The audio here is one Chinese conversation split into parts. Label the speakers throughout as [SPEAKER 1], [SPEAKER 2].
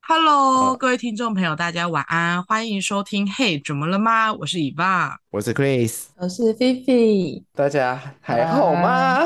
[SPEAKER 1] Hello，
[SPEAKER 2] 呃
[SPEAKER 1] 各位听众朋友，大家晚安，欢迎收听。嘿，怎么了吗？我是以爸。
[SPEAKER 2] 我是 Chris，
[SPEAKER 3] 我是菲菲，
[SPEAKER 2] 大家还好吗？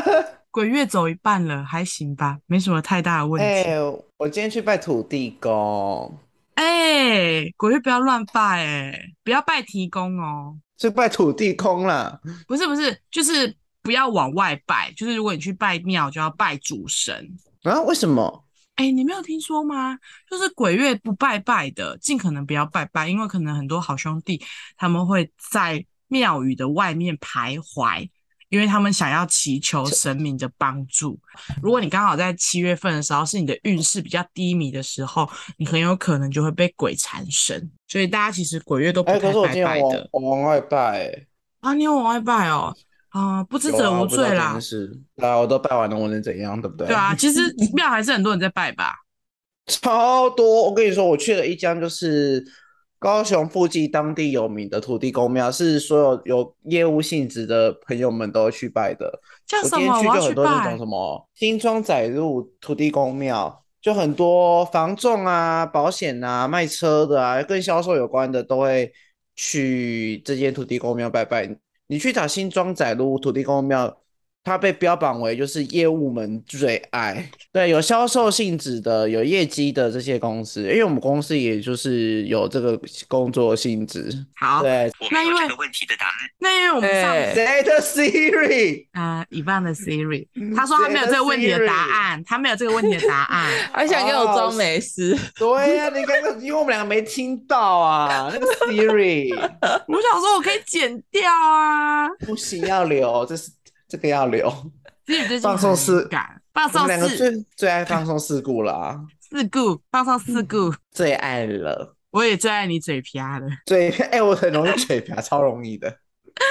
[SPEAKER 1] 鬼月走一半了，还行吧，没什么太大的问
[SPEAKER 2] 哎、
[SPEAKER 1] 题。
[SPEAKER 2] 我今天去拜土地公，
[SPEAKER 1] 哎、鬼月不要乱拜、哎，不要拜提公哦。
[SPEAKER 2] 去拜土地公啦。
[SPEAKER 1] 不是不是，就是不要往外拜，就是如果你去拜庙，就要拜主神。
[SPEAKER 2] 啊，为什么？
[SPEAKER 1] 哎、你没有听说吗？就是鬼月不拜拜的，尽可能不要拜拜，因为可能很多好兄弟他们会在庙宇的外面徘徊，因为他们想要祈求神明的帮助。如果你刚好在七月份的时候是你的运势比较低迷的时候，你很有可能就会被鬼缠身。所以大家其实鬼月都不
[SPEAKER 2] 哎、可
[SPEAKER 1] 太
[SPEAKER 2] 是我
[SPEAKER 1] 拜
[SPEAKER 2] 今天
[SPEAKER 1] 拜
[SPEAKER 2] 往
[SPEAKER 1] 的
[SPEAKER 2] 我往外拜、欸，
[SPEAKER 1] 啊，你有往外拜哦，啊、不知
[SPEAKER 2] 有
[SPEAKER 1] 者
[SPEAKER 2] 啊，
[SPEAKER 1] 无
[SPEAKER 2] 我不知道
[SPEAKER 1] 罪
[SPEAKER 2] 这
[SPEAKER 1] 啦
[SPEAKER 2] 件，事。啊，我都拜完了，我能怎样，对不对？
[SPEAKER 1] 对啊，其实 庙还是很多人在拜吧。
[SPEAKER 2] 超多！我跟你说，我去了一家就是高雄附近当地有名的土地公庙，是所有有业务性质的朋友们都会去拜的。
[SPEAKER 1] 叫
[SPEAKER 2] 我
[SPEAKER 1] 什
[SPEAKER 2] 今天
[SPEAKER 1] 么？
[SPEAKER 2] 去
[SPEAKER 1] 我要
[SPEAKER 2] 就
[SPEAKER 1] 去
[SPEAKER 2] 很多那
[SPEAKER 1] 拜
[SPEAKER 2] 种。什么新庄仔路土地公庙，就很多房仲啊、保险啊、卖车的啊，跟销售有关的都会去这间土地公庙拜拜。你去找新庄仔路土地公庙，它被标榜为就是业务们最爱，对，有销售性质的、有业绩的这些公司，因为我们公司也就是有这个工作性质。
[SPEAKER 1] 好，
[SPEAKER 2] 对，
[SPEAKER 4] 我
[SPEAKER 1] 那
[SPEAKER 4] 没有
[SPEAKER 1] 因
[SPEAKER 4] 这
[SPEAKER 1] 为
[SPEAKER 4] 个问题的答案。
[SPEAKER 1] 那因为我们上
[SPEAKER 3] 哎
[SPEAKER 2] 谁的 Siri？
[SPEAKER 1] 啊，一半的 Siri，他说他没有
[SPEAKER 2] 谁的
[SPEAKER 1] 这个问题的
[SPEAKER 2] Siri？
[SPEAKER 1] 答案，他没有这个问题的答案。
[SPEAKER 3] 还想给我
[SPEAKER 2] 哦
[SPEAKER 3] 装没事，
[SPEAKER 2] 对呀、你刚刚因为我们两个没听到啊，那个 Siri
[SPEAKER 1] 我想说，我可以剪掉啊。
[SPEAKER 2] 不行，要留，这是这个要留。
[SPEAKER 1] Siri 最近
[SPEAKER 2] 放送事
[SPEAKER 1] 很感，放
[SPEAKER 2] 我们
[SPEAKER 1] 送
[SPEAKER 2] 两个
[SPEAKER 1] 事
[SPEAKER 2] 最最爱放松事故啦，
[SPEAKER 1] 事故，放送事故。
[SPEAKER 2] 最爱了，
[SPEAKER 1] 我也最爱你嘴啊瓢了。
[SPEAKER 2] 嘴哎、我很容易嘴瓢，超容易的。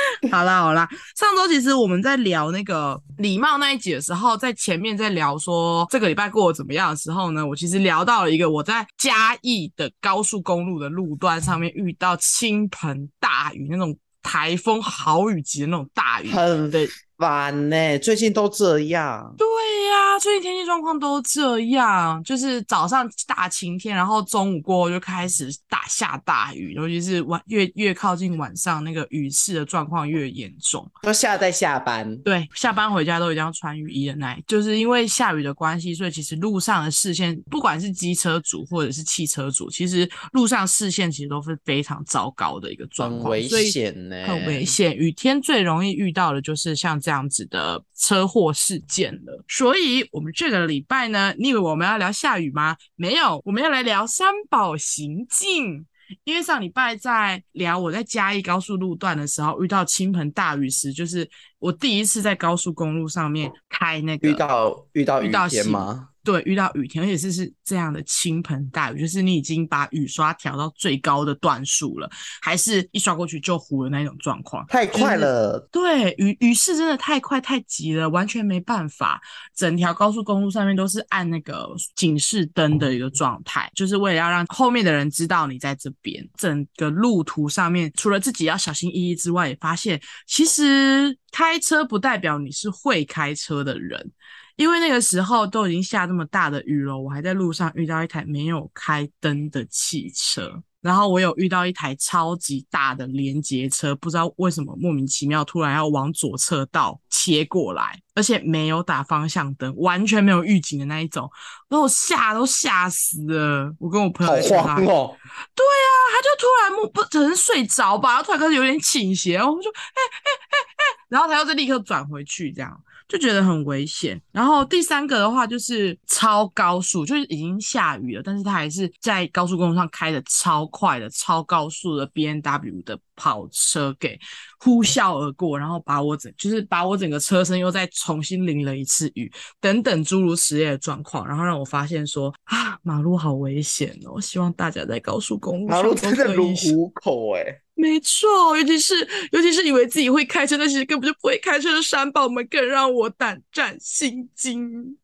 [SPEAKER 1] 好啦好啦，上周其实我们在聊那个礼貌那一集的时候，在前面在聊说这个礼拜过得怎么样的时候呢，我其实聊到了一个我在嘉义的高速公路的路段上面遇到倾盆大雨，那种台风豪雨级的那种大 雨，
[SPEAKER 2] 很
[SPEAKER 1] 对
[SPEAKER 2] 烦呢、最近都这样。
[SPEAKER 1] 对呀、最近天气状况都这样，就是早上大晴天，然后中午过后就开始大下大雨，尤其是晚越越靠近晚上，那个雨势的状况越严重。
[SPEAKER 2] 都下在下班，
[SPEAKER 1] 对，下班回家都一定要穿雨衣的那一，就是因为下雨的关系，所以其实路上的视线，不管是机车族或者是汽车族，其实路上视线其实都是非常糟糕的一个状
[SPEAKER 2] 很
[SPEAKER 1] 况，
[SPEAKER 2] 危
[SPEAKER 1] 所以
[SPEAKER 2] 险呢、
[SPEAKER 1] 很危。险。雨天最容易遇到的就是像这样子的车祸事件了。所以，我们这个礼拜呢，你以为我们要聊下雨吗？没有，我们要来聊三宝行径。因为上礼拜在聊我在嘉义高速路段的时候遇到倾盆大雨时，就是我第一次在高速公路上面开那个
[SPEAKER 2] 遇到遇到
[SPEAKER 1] 遇
[SPEAKER 2] 雨
[SPEAKER 1] 到
[SPEAKER 2] 天
[SPEAKER 1] 新
[SPEAKER 2] 吗？
[SPEAKER 1] 对，遇到雨天，而且是是这样的倾盆大雨，就是你已经把雨刷调到最高的段数了，还是一刷过去就糊的那种状况。
[SPEAKER 2] 太
[SPEAKER 1] 就是
[SPEAKER 2] 快了，
[SPEAKER 1] 对，雨雨势真的太快太急了，完全没办法。整条高速公路上面都是按那个警示灯的一个状态，就是为了要让后面的人知道你在这边。整个路途上面，除了自己要小心翼翼之外，也发现其实开车不代表你是会开车的人。因为那个时候都已经下这么大的雨了，我还在路上遇到一台没有开灯的汽车，然后我有遇到一台超级大的连接车，不知道为什么莫名其妙突然要往左侧道切过来，而且没有打方向灯，完全没有预警的那一种，把我吓都吓死了。我跟我朋友
[SPEAKER 2] 好
[SPEAKER 1] 在讲
[SPEAKER 2] 慌
[SPEAKER 1] 他
[SPEAKER 2] 哦！
[SPEAKER 1] 对啊，他就突然莫不可能睡着吧，他突然开始有点倾斜，然后我就哎哎哎哎，然后他又再立刻转回去，这样就觉得很危险。然后第三个的话就是超高速，就是已经下雨了，但是他还是在高速公路上开的超快的超高速的 B N W 的跑车给呼啸而过，然后把我整就是把我整个车身又再重新淋了一次雨，等等诸如此类的状况，然后让我发现说啊，马路好危险哦！希望大家在高速公路
[SPEAKER 2] 马
[SPEAKER 1] 上
[SPEAKER 2] 路
[SPEAKER 1] 都
[SPEAKER 2] 真的
[SPEAKER 1] 可
[SPEAKER 2] 如
[SPEAKER 1] 以，
[SPEAKER 2] 虎口哎、
[SPEAKER 1] 没错，尤其是尤其是以为自己会开车，但其实根本就不会开车的山宝们，更让我胆战心惊。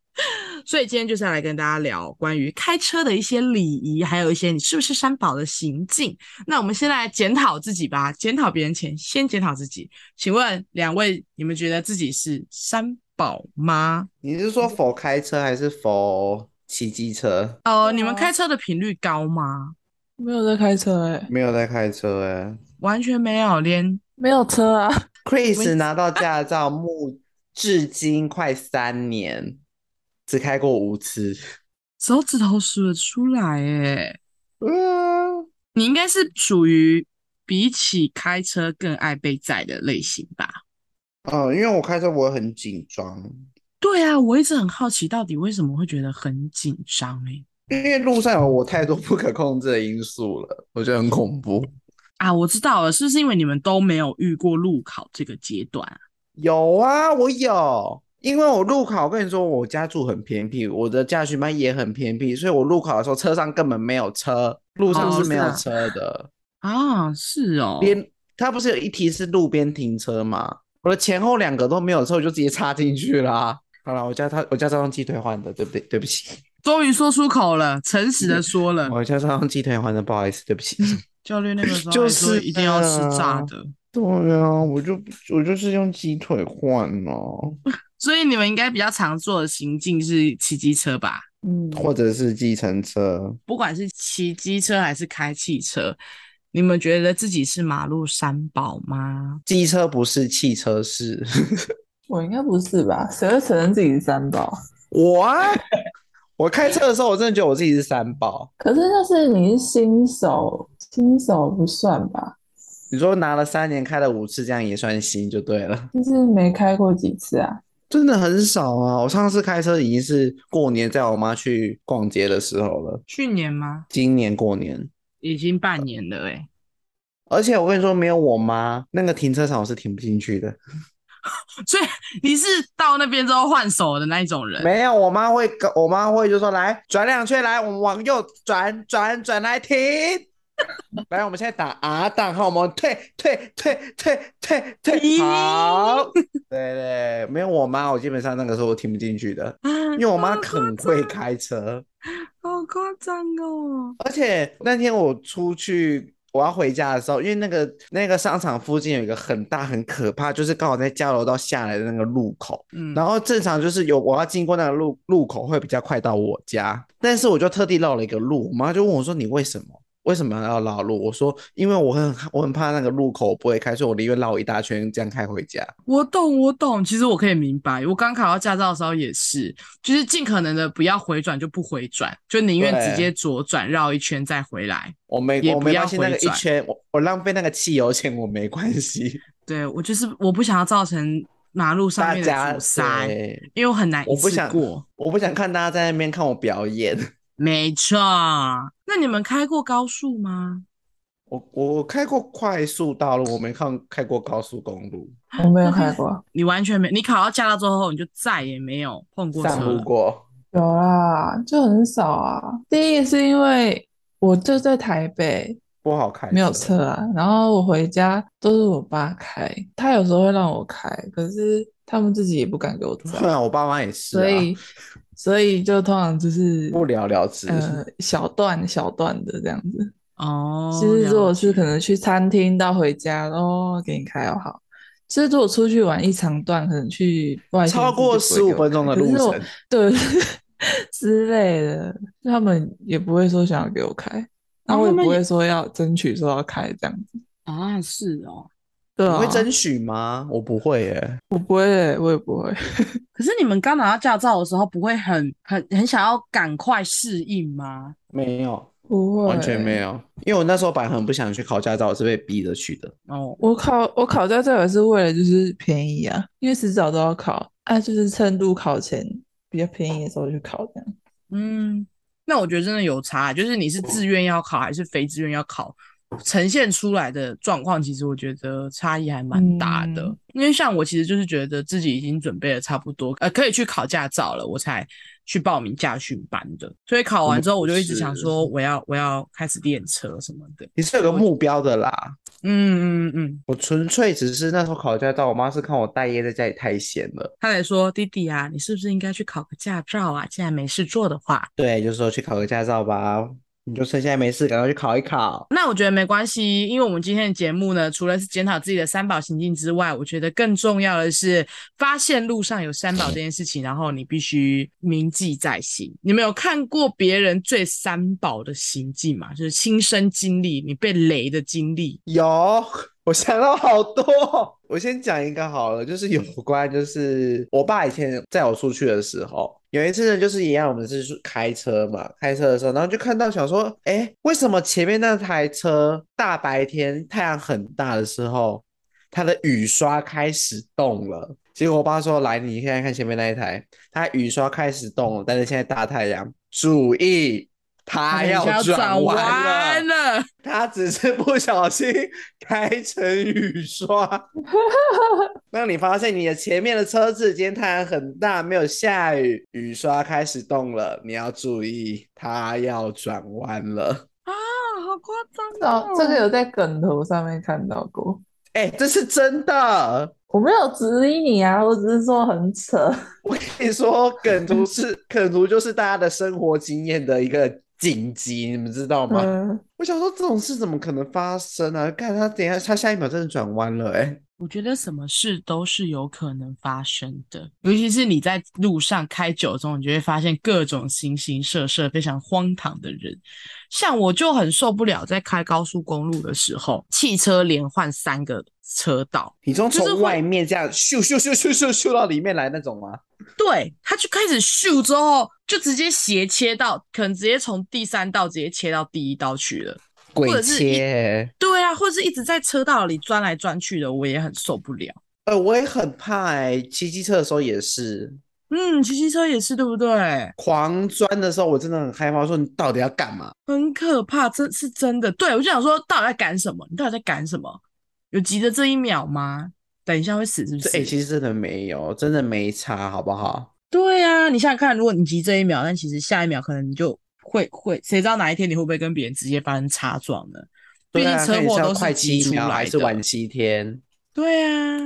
[SPEAKER 1] 所以今天就是要来跟大家聊关于开车的一些礼仪，还有一些你是不是山宝的行径。那我们先来检讨自己吧，检讨别人前先检讨自己。请问两位，你们觉得自己是山宝吗？
[SPEAKER 2] 嗯你是说否开车还是否骑机车，
[SPEAKER 1] 呃，你们开车的频率高吗？
[SPEAKER 3] 没有在开车哎、
[SPEAKER 2] 没有在开车哎、
[SPEAKER 1] 完全没有，连
[SPEAKER 3] 没有车啊，
[SPEAKER 2] Chris 拿到驾照目至今快三年，只开过五次。
[SPEAKER 1] 手指头数得出来诶。
[SPEAKER 2] 嗯，
[SPEAKER 1] 你应该是属于比起开车更爱被载的类型吧？
[SPEAKER 2] 嗯，因为我开车我会很紧张，
[SPEAKER 1] 对啊，我一直很好奇，到底为什么会觉得很紧张欸诶。
[SPEAKER 2] 因为路上有我太多不可控制的因素了，我觉得很恐怖。
[SPEAKER 1] 啊，我知道了，是不是因为你们都没有遇过路考这个阶段啊？
[SPEAKER 2] 有啊，我有，因为我路考，我跟你说，我家住很偏僻，我的驾训班也很偏僻，所以我路考的时候车上根本没有车，路上
[SPEAKER 1] 哦
[SPEAKER 2] 是没
[SPEAKER 1] 是
[SPEAKER 2] 有
[SPEAKER 1] 啊
[SPEAKER 2] 车的。
[SPEAKER 1] 啊，是哦，
[SPEAKER 2] 边，它不是有一题是路边停车吗？我的前后两个都没有车，我就直接插进去啦、好了，我家他我家照用鸡腿换的，对不对？对不起，
[SPEAKER 1] 终于说出口了，诚实的说了。
[SPEAKER 2] 我家照用鸡腿换的，不好意思，对不起。
[SPEAKER 1] 教练那个时候
[SPEAKER 2] 就
[SPEAKER 1] 还说
[SPEAKER 2] 是
[SPEAKER 1] 一定要吃炸
[SPEAKER 2] 啊
[SPEAKER 1] 的，
[SPEAKER 2] 对啊，我就我就是用鸡腿换哦，
[SPEAKER 1] 所以你们应该比较常做的行径是骑机车吧？
[SPEAKER 3] 嗯，
[SPEAKER 2] 或者是计程车。
[SPEAKER 1] 不管是骑机车还是开汽车，你们觉得自己是马路三宝吗？
[SPEAKER 2] 机车不是汽车是，
[SPEAKER 3] 我应该不是吧？谁会承认自己是三宝？
[SPEAKER 2] 我啊，我开车的时候，我真的觉得我自己是三宝。
[SPEAKER 3] 可是那是你是新手，新手不算吧？
[SPEAKER 2] 你说拿了三年，开了五次，这样也算新就对了。
[SPEAKER 3] 就是没开过几次啊。
[SPEAKER 2] 真的很少啊！我上次开车已经是过年载我妈去逛街的时候了，
[SPEAKER 1] 去年吗？
[SPEAKER 2] 今年过年。
[SPEAKER 1] 已经半年了欸诶、
[SPEAKER 2] 而且我跟你说，没有我妈，那个停车场我是停不进去的。
[SPEAKER 1] 所以你是到那边之后换手的那一种人。
[SPEAKER 2] 没有，我妈会跟，我妈会就说来转两圈，来我们往右转转转来停。 来，我们现在打 R 档，好，我们退退退退退退，
[SPEAKER 1] 咦
[SPEAKER 2] 好。对对，没有我妈，我基本上那个时候我停不进去的，
[SPEAKER 1] 啊
[SPEAKER 2] 因为我妈很会开车。
[SPEAKER 1] 好夸张哦！
[SPEAKER 2] 而且那天我出去，我要回家的时候，因为那个那个商场附近有一个很大很可怕，就是刚好在交流道下来的那个路口。
[SPEAKER 1] 嗯，
[SPEAKER 2] 然后正常就是有我要经过那个路路口会比较快到我家，但是我就特地绕了一个路。我妈就问我说：“你为什么为什么要绕路？”我说：“因为我很我很怕那个路口我不会开，所以我宁愿绕一大圈这样开回家。
[SPEAKER 1] 我懂，我懂。其实我可以明白，我刚考到驾照的时候也是，就是尽可能的不要回转就不回转，就宁愿
[SPEAKER 2] 对
[SPEAKER 1] 直接左转绕一圈再回来。
[SPEAKER 2] 我没
[SPEAKER 1] 也
[SPEAKER 2] 我
[SPEAKER 1] 不
[SPEAKER 2] 没
[SPEAKER 1] 要
[SPEAKER 2] 关系，那
[SPEAKER 1] 回
[SPEAKER 2] 个一
[SPEAKER 1] 转
[SPEAKER 2] 圈我我浪费那个汽油钱我没关系。
[SPEAKER 1] 对我就是我不想要造成马路上
[SPEAKER 2] 大
[SPEAKER 1] 面的
[SPEAKER 2] 家
[SPEAKER 1] 阻塞，
[SPEAKER 2] 对
[SPEAKER 1] 因为我很难一
[SPEAKER 2] 我不
[SPEAKER 1] 次
[SPEAKER 2] 想
[SPEAKER 1] 过。
[SPEAKER 2] 我不想看大家在那边看我表演。
[SPEAKER 1] 没错，那你们开过高速吗？
[SPEAKER 2] 我我开过快速道路，我没看开过高速公路，
[SPEAKER 3] 我没有开过，
[SPEAKER 1] 你完全没，你考到驾照之后，你就再也没有碰过车
[SPEAKER 2] 上路
[SPEAKER 1] 了。
[SPEAKER 2] 过。
[SPEAKER 3] 有啦，就很少啊。第一个是因为我就在台北，
[SPEAKER 2] 不好开，
[SPEAKER 3] 没有车啊，然后我回家都是我爸开，他有时候会让我开，可是他们自己也不敢给我 载，
[SPEAKER 2] 对啊，我爸妈也是、啊，
[SPEAKER 3] 所以所以就通常就是
[SPEAKER 2] 不了了之。
[SPEAKER 3] 呃小段小段的这样子。
[SPEAKER 1] 哦，
[SPEAKER 3] 其实如
[SPEAKER 1] 了
[SPEAKER 3] 果是可
[SPEAKER 1] 解
[SPEAKER 3] 能去餐厅到回家哦，给你开哦好。其实如果出去玩一长段，可能去外县
[SPEAKER 2] 超
[SPEAKER 3] 市
[SPEAKER 2] 过
[SPEAKER 3] 就不
[SPEAKER 2] 15
[SPEAKER 3] 会给我
[SPEAKER 2] 分钟
[SPEAKER 3] 开
[SPEAKER 2] 的路
[SPEAKER 3] 可是我
[SPEAKER 2] 程
[SPEAKER 3] 对之类的，他们也不会说想要给我开，那
[SPEAKER 1] 哦
[SPEAKER 3] 我也
[SPEAKER 1] 他们
[SPEAKER 3] 不
[SPEAKER 1] 也
[SPEAKER 3] 会说要争取说要开这样子。
[SPEAKER 1] 啊，是哦。
[SPEAKER 3] 对
[SPEAKER 2] 你
[SPEAKER 3] 啊，
[SPEAKER 2] 会争取吗？我不会耶。
[SPEAKER 3] 我不会，我也不会。
[SPEAKER 1] 可是你们刚拿到驾照的时候，不会很很很想要赶快适应吗？
[SPEAKER 2] 没有，
[SPEAKER 3] 不会，
[SPEAKER 2] 完全没。有，因为我那时候本来很不想去考驾照，我是被逼着去的。
[SPEAKER 1] 哦，
[SPEAKER 3] 我考我考驾照也是为了就是便宜啊，因为迟早都要考，啊，就是趁路考前比较便宜的时候去考这样。
[SPEAKER 1] 嗯，那我觉得真的有差，欸就是你是自愿要考还是非自愿要考，呈现出来的状况，其实我觉得差异还蛮大的。
[SPEAKER 3] 嗯
[SPEAKER 1] 因为像我其实就是觉得自己已经准备的差不多，呃，可以去考驾照了，我才去报名驾训班的。所以考完之后，我就一直想说，我要我要开始练车什么的。
[SPEAKER 2] 你是有个目标的啦，
[SPEAKER 1] 嗯嗯嗯，
[SPEAKER 2] 我纯粹只是那时候考驾照，我妈是看我大爷在家里太闲了，
[SPEAKER 1] 他来说，弟弟啊，你是不是应该去考个驾照啊？既然没事做的话，
[SPEAKER 2] 对，就说去考个驾照吧。你就趁现在没事，赶快去考一考。
[SPEAKER 1] 那我觉得没关系，因为我们今天的节目呢，除了是检讨自己的三宝行径之外，我觉得更重要的是发现路上有三宝这件事情，然后你必须铭记在心。你们有看过别人最三宝的行径吗？就是亲身经历，你被雷的经历。
[SPEAKER 2] 有， 我想到好多。我先讲一个好了，就是有关，就是我爸以前载我出去的时候，有一次呢，就是一样，我们是去开车嘛，开车的时候，然后就看到想说，哎，为什么前面那台车大白天太阳很大的时候，它的雨刷开始动了？结果我爸说，来，你现在看前面那一台，它雨刷开始动了，但是现在大太阳，注意，它
[SPEAKER 1] 你
[SPEAKER 2] 要
[SPEAKER 1] 要
[SPEAKER 2] 哎转
[SPEAKER 1] 转
[SPEAKER 2] 弯了
[SPEAKER 1] 弯。了，啊
[SPEAKER 2] 他只是不小心开成雨刷，让你发现你的前面的车子今天太阳很大，没有下雨，雨刷开始动了，你要注意，它要转弯了。
[SPEAKER 1] 啊，好夸张
[SPEAKER 3] 哦
[SPEAKER 1] 哦！，
[SPEAKER 3] 这个有在梗头上面看到过。
[SPEAKER 2] 哎、这是真的。
[SPEAKER 3] 我没有质疑你啊，我只是说很扯。
[SPEAKER 2] 我跟你说，梗图是梗图，就是大家的生活经验的一个紧急，你们知道吗？
[SPEAKER 3] 嗯，
[SPEAKER 2] 我想说这种事怎么可能发生啊？看他等一下，他下一秒真的转弯了、哎。
[SPEAKER 1] 我觉得什么事都是有可能发生的，尤其是你在路上开久之后，你就会发现各种形形色色非常荒唐的人。像我就很受不了，在开高速公路的时候，汽车连换三个车道，
[SPEAKER 2] 你从
[SPEAKER 1] 就是
[SPEAKER 2] 从
[SPEAKER 1] 会
[SPEAKER 2] 外面这样咻咻咻咻咻咻到里面来那种吗？
[SPEAKER 1] 对，他就开始咻之后，就直接斜切到，可能直接从第三道直接切到第一道去了。
[SPEAKER 2] 鬼
[SPEAKER 1] 或者是一
[SPEAKER 2] 切欸！
[SPEAKER 1] 对啊，或者是一直在车道里钻来钻去的，我也很受不了。
[SPEAKER 2] 呃，我也很怕哎、骑机车的时候也是，
[SPEAKER 1] 嗯，骑机车也是，对不对？
[SPEAKER 2] 狂钻的时候我真的很害怕，说你到底要干嘛？
[SPEAKER 1] 很可怕，这是真的。对我就想说，到底在赶什么？你到底在赶什么？有急着这一秒吗？等一下会死是不
[SPEAKER 2] 这
[SPEAKER 1] 是？
[SPEAKER 2] 哎、其实真的没有，真的没差，好不好？
[SPEAKER 1] 对啊，你想想看，如果你急这一秒，但其实下一秒可能你就会会，谁知道哪一天你会不会跟别人直接发生擦撞呢？毕
[SPEAKER 2] 对
[SPEAKER 1] 竟
[SPEAKER 2] 啊，
[SPEAKER 1] 车
[SPEAKER 2] 看你
[SPEAKER 1] 祸
[SPEAKER 2] 是要
[SPEAKER 1] 都
[SPEAKER 2] 快
[SPEAKER 1] 是急
[SPEAKER 2] 七
[SPEAKER 1] 出
[SPEAKER 2] 秒
[SPEAKER 1] 来
[SPEAKER 2] 还是晚
[SPEAKER 1] 的。
[SPEAKER 2] 七天？
[SPEAKER 1] 对啊，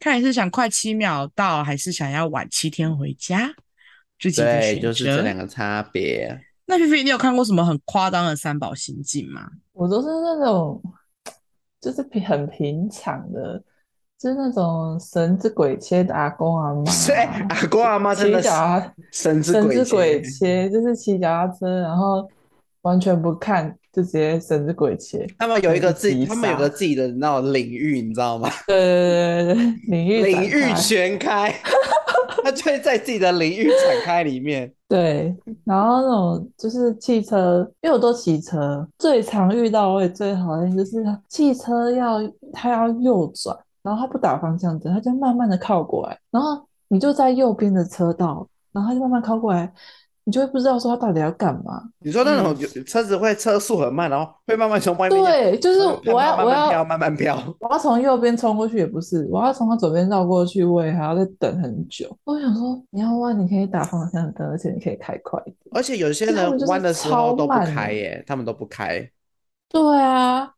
[SPEAKER 1] 看你是想快七秒到，还是想要晚七天回家，自己的
[SPEAKER 2] 对，
[SPEAKER 1] 选
[SPEAKER 2] 就是这两
[SPEAKER 1] 择。
[SPEAKER 2] 个差别。
[SPEAKER 1] 那菲菲，你有看过什么很夸张的三宝行径吗？
[SPEAKER 3] 我都是那种，就是平很平常的，就是那种神之鬼切的阿公阿妈，
[SPEAKER 2] 是哎、阿公阿妈真
[SPEAKER 3] 骑
[SPEAKER 2] 的啊是
[SPEAKER 3] 脚踏
[SPEAKER 2] 神之
[SPEAKER 3] 神
[SPEAKER 2] 鬼
[SPEAKER 3] 之鬼
[SPEAKER 2] 切，
[SPEAKER 3] 切，就是骑脚踏车，然后完全不看，就直接神之鬼切。
[SPEAKER 2] 他们有一个自己，
[SPEAKER 3] 急
[SPEAKER 2] 他们有
[SPEAKER 3] 刹
[SPEAKER 2] 个自己的那种领域，你知道吗？
[SPEAKER 3] 对对对对对，领域
[SPEAKER 2] 领
[SPEAKER 3] 展
[SPEAKER 2] 域
[SPEAKER 3] 开
[SPEAKER 2] 全 开，他就会在自己的领域展开里面。
[SPEAKER 3] 对，然后那种就是汽车，因为我都骑车，最常遇到我也最讨厌就是汽车要它要右转，然后它不打方向灯，它就慢慢的靠过来，然后你就在右边的车道，然后它就慢慢靠过来，你就会不知道说它到底要干嘛。
[SPEAKER 2] 你说那种有车子会车速很慢，然后会慢慢从外面这样，
[SPEAKER 3] 嗯对，就是我要
[SPEAKER 2] 慢慢
[SPEAKER 3] 我
[SPEAKER 2] 飘，
[SPEAKER 3] 要
[SPEAKER 2] 慢慢飘。
[SPEAKER 3] 我要从右边冲过去也不是，我要从它左边绕过去，我也还要再等很久。我想说，你要弯，你可以打方向灯，而且你可以开快一点。
[SPEAKER 2] 而且有些
[SPEAKER 3] 他们
[SPEAKER 2] 人
[SPEAKER 3] 就是
[SPEAKER 2] 弯的时候
[SPEAKER 3] 超
[SPEAKER 2] 都不
[SPEAKER 3] 慢
[SPEAKER 2] 开
[SPEAKER 3] 的
[SPEAKER 2] 耶，他们都不开。
[SPEAKER 3] 对啊，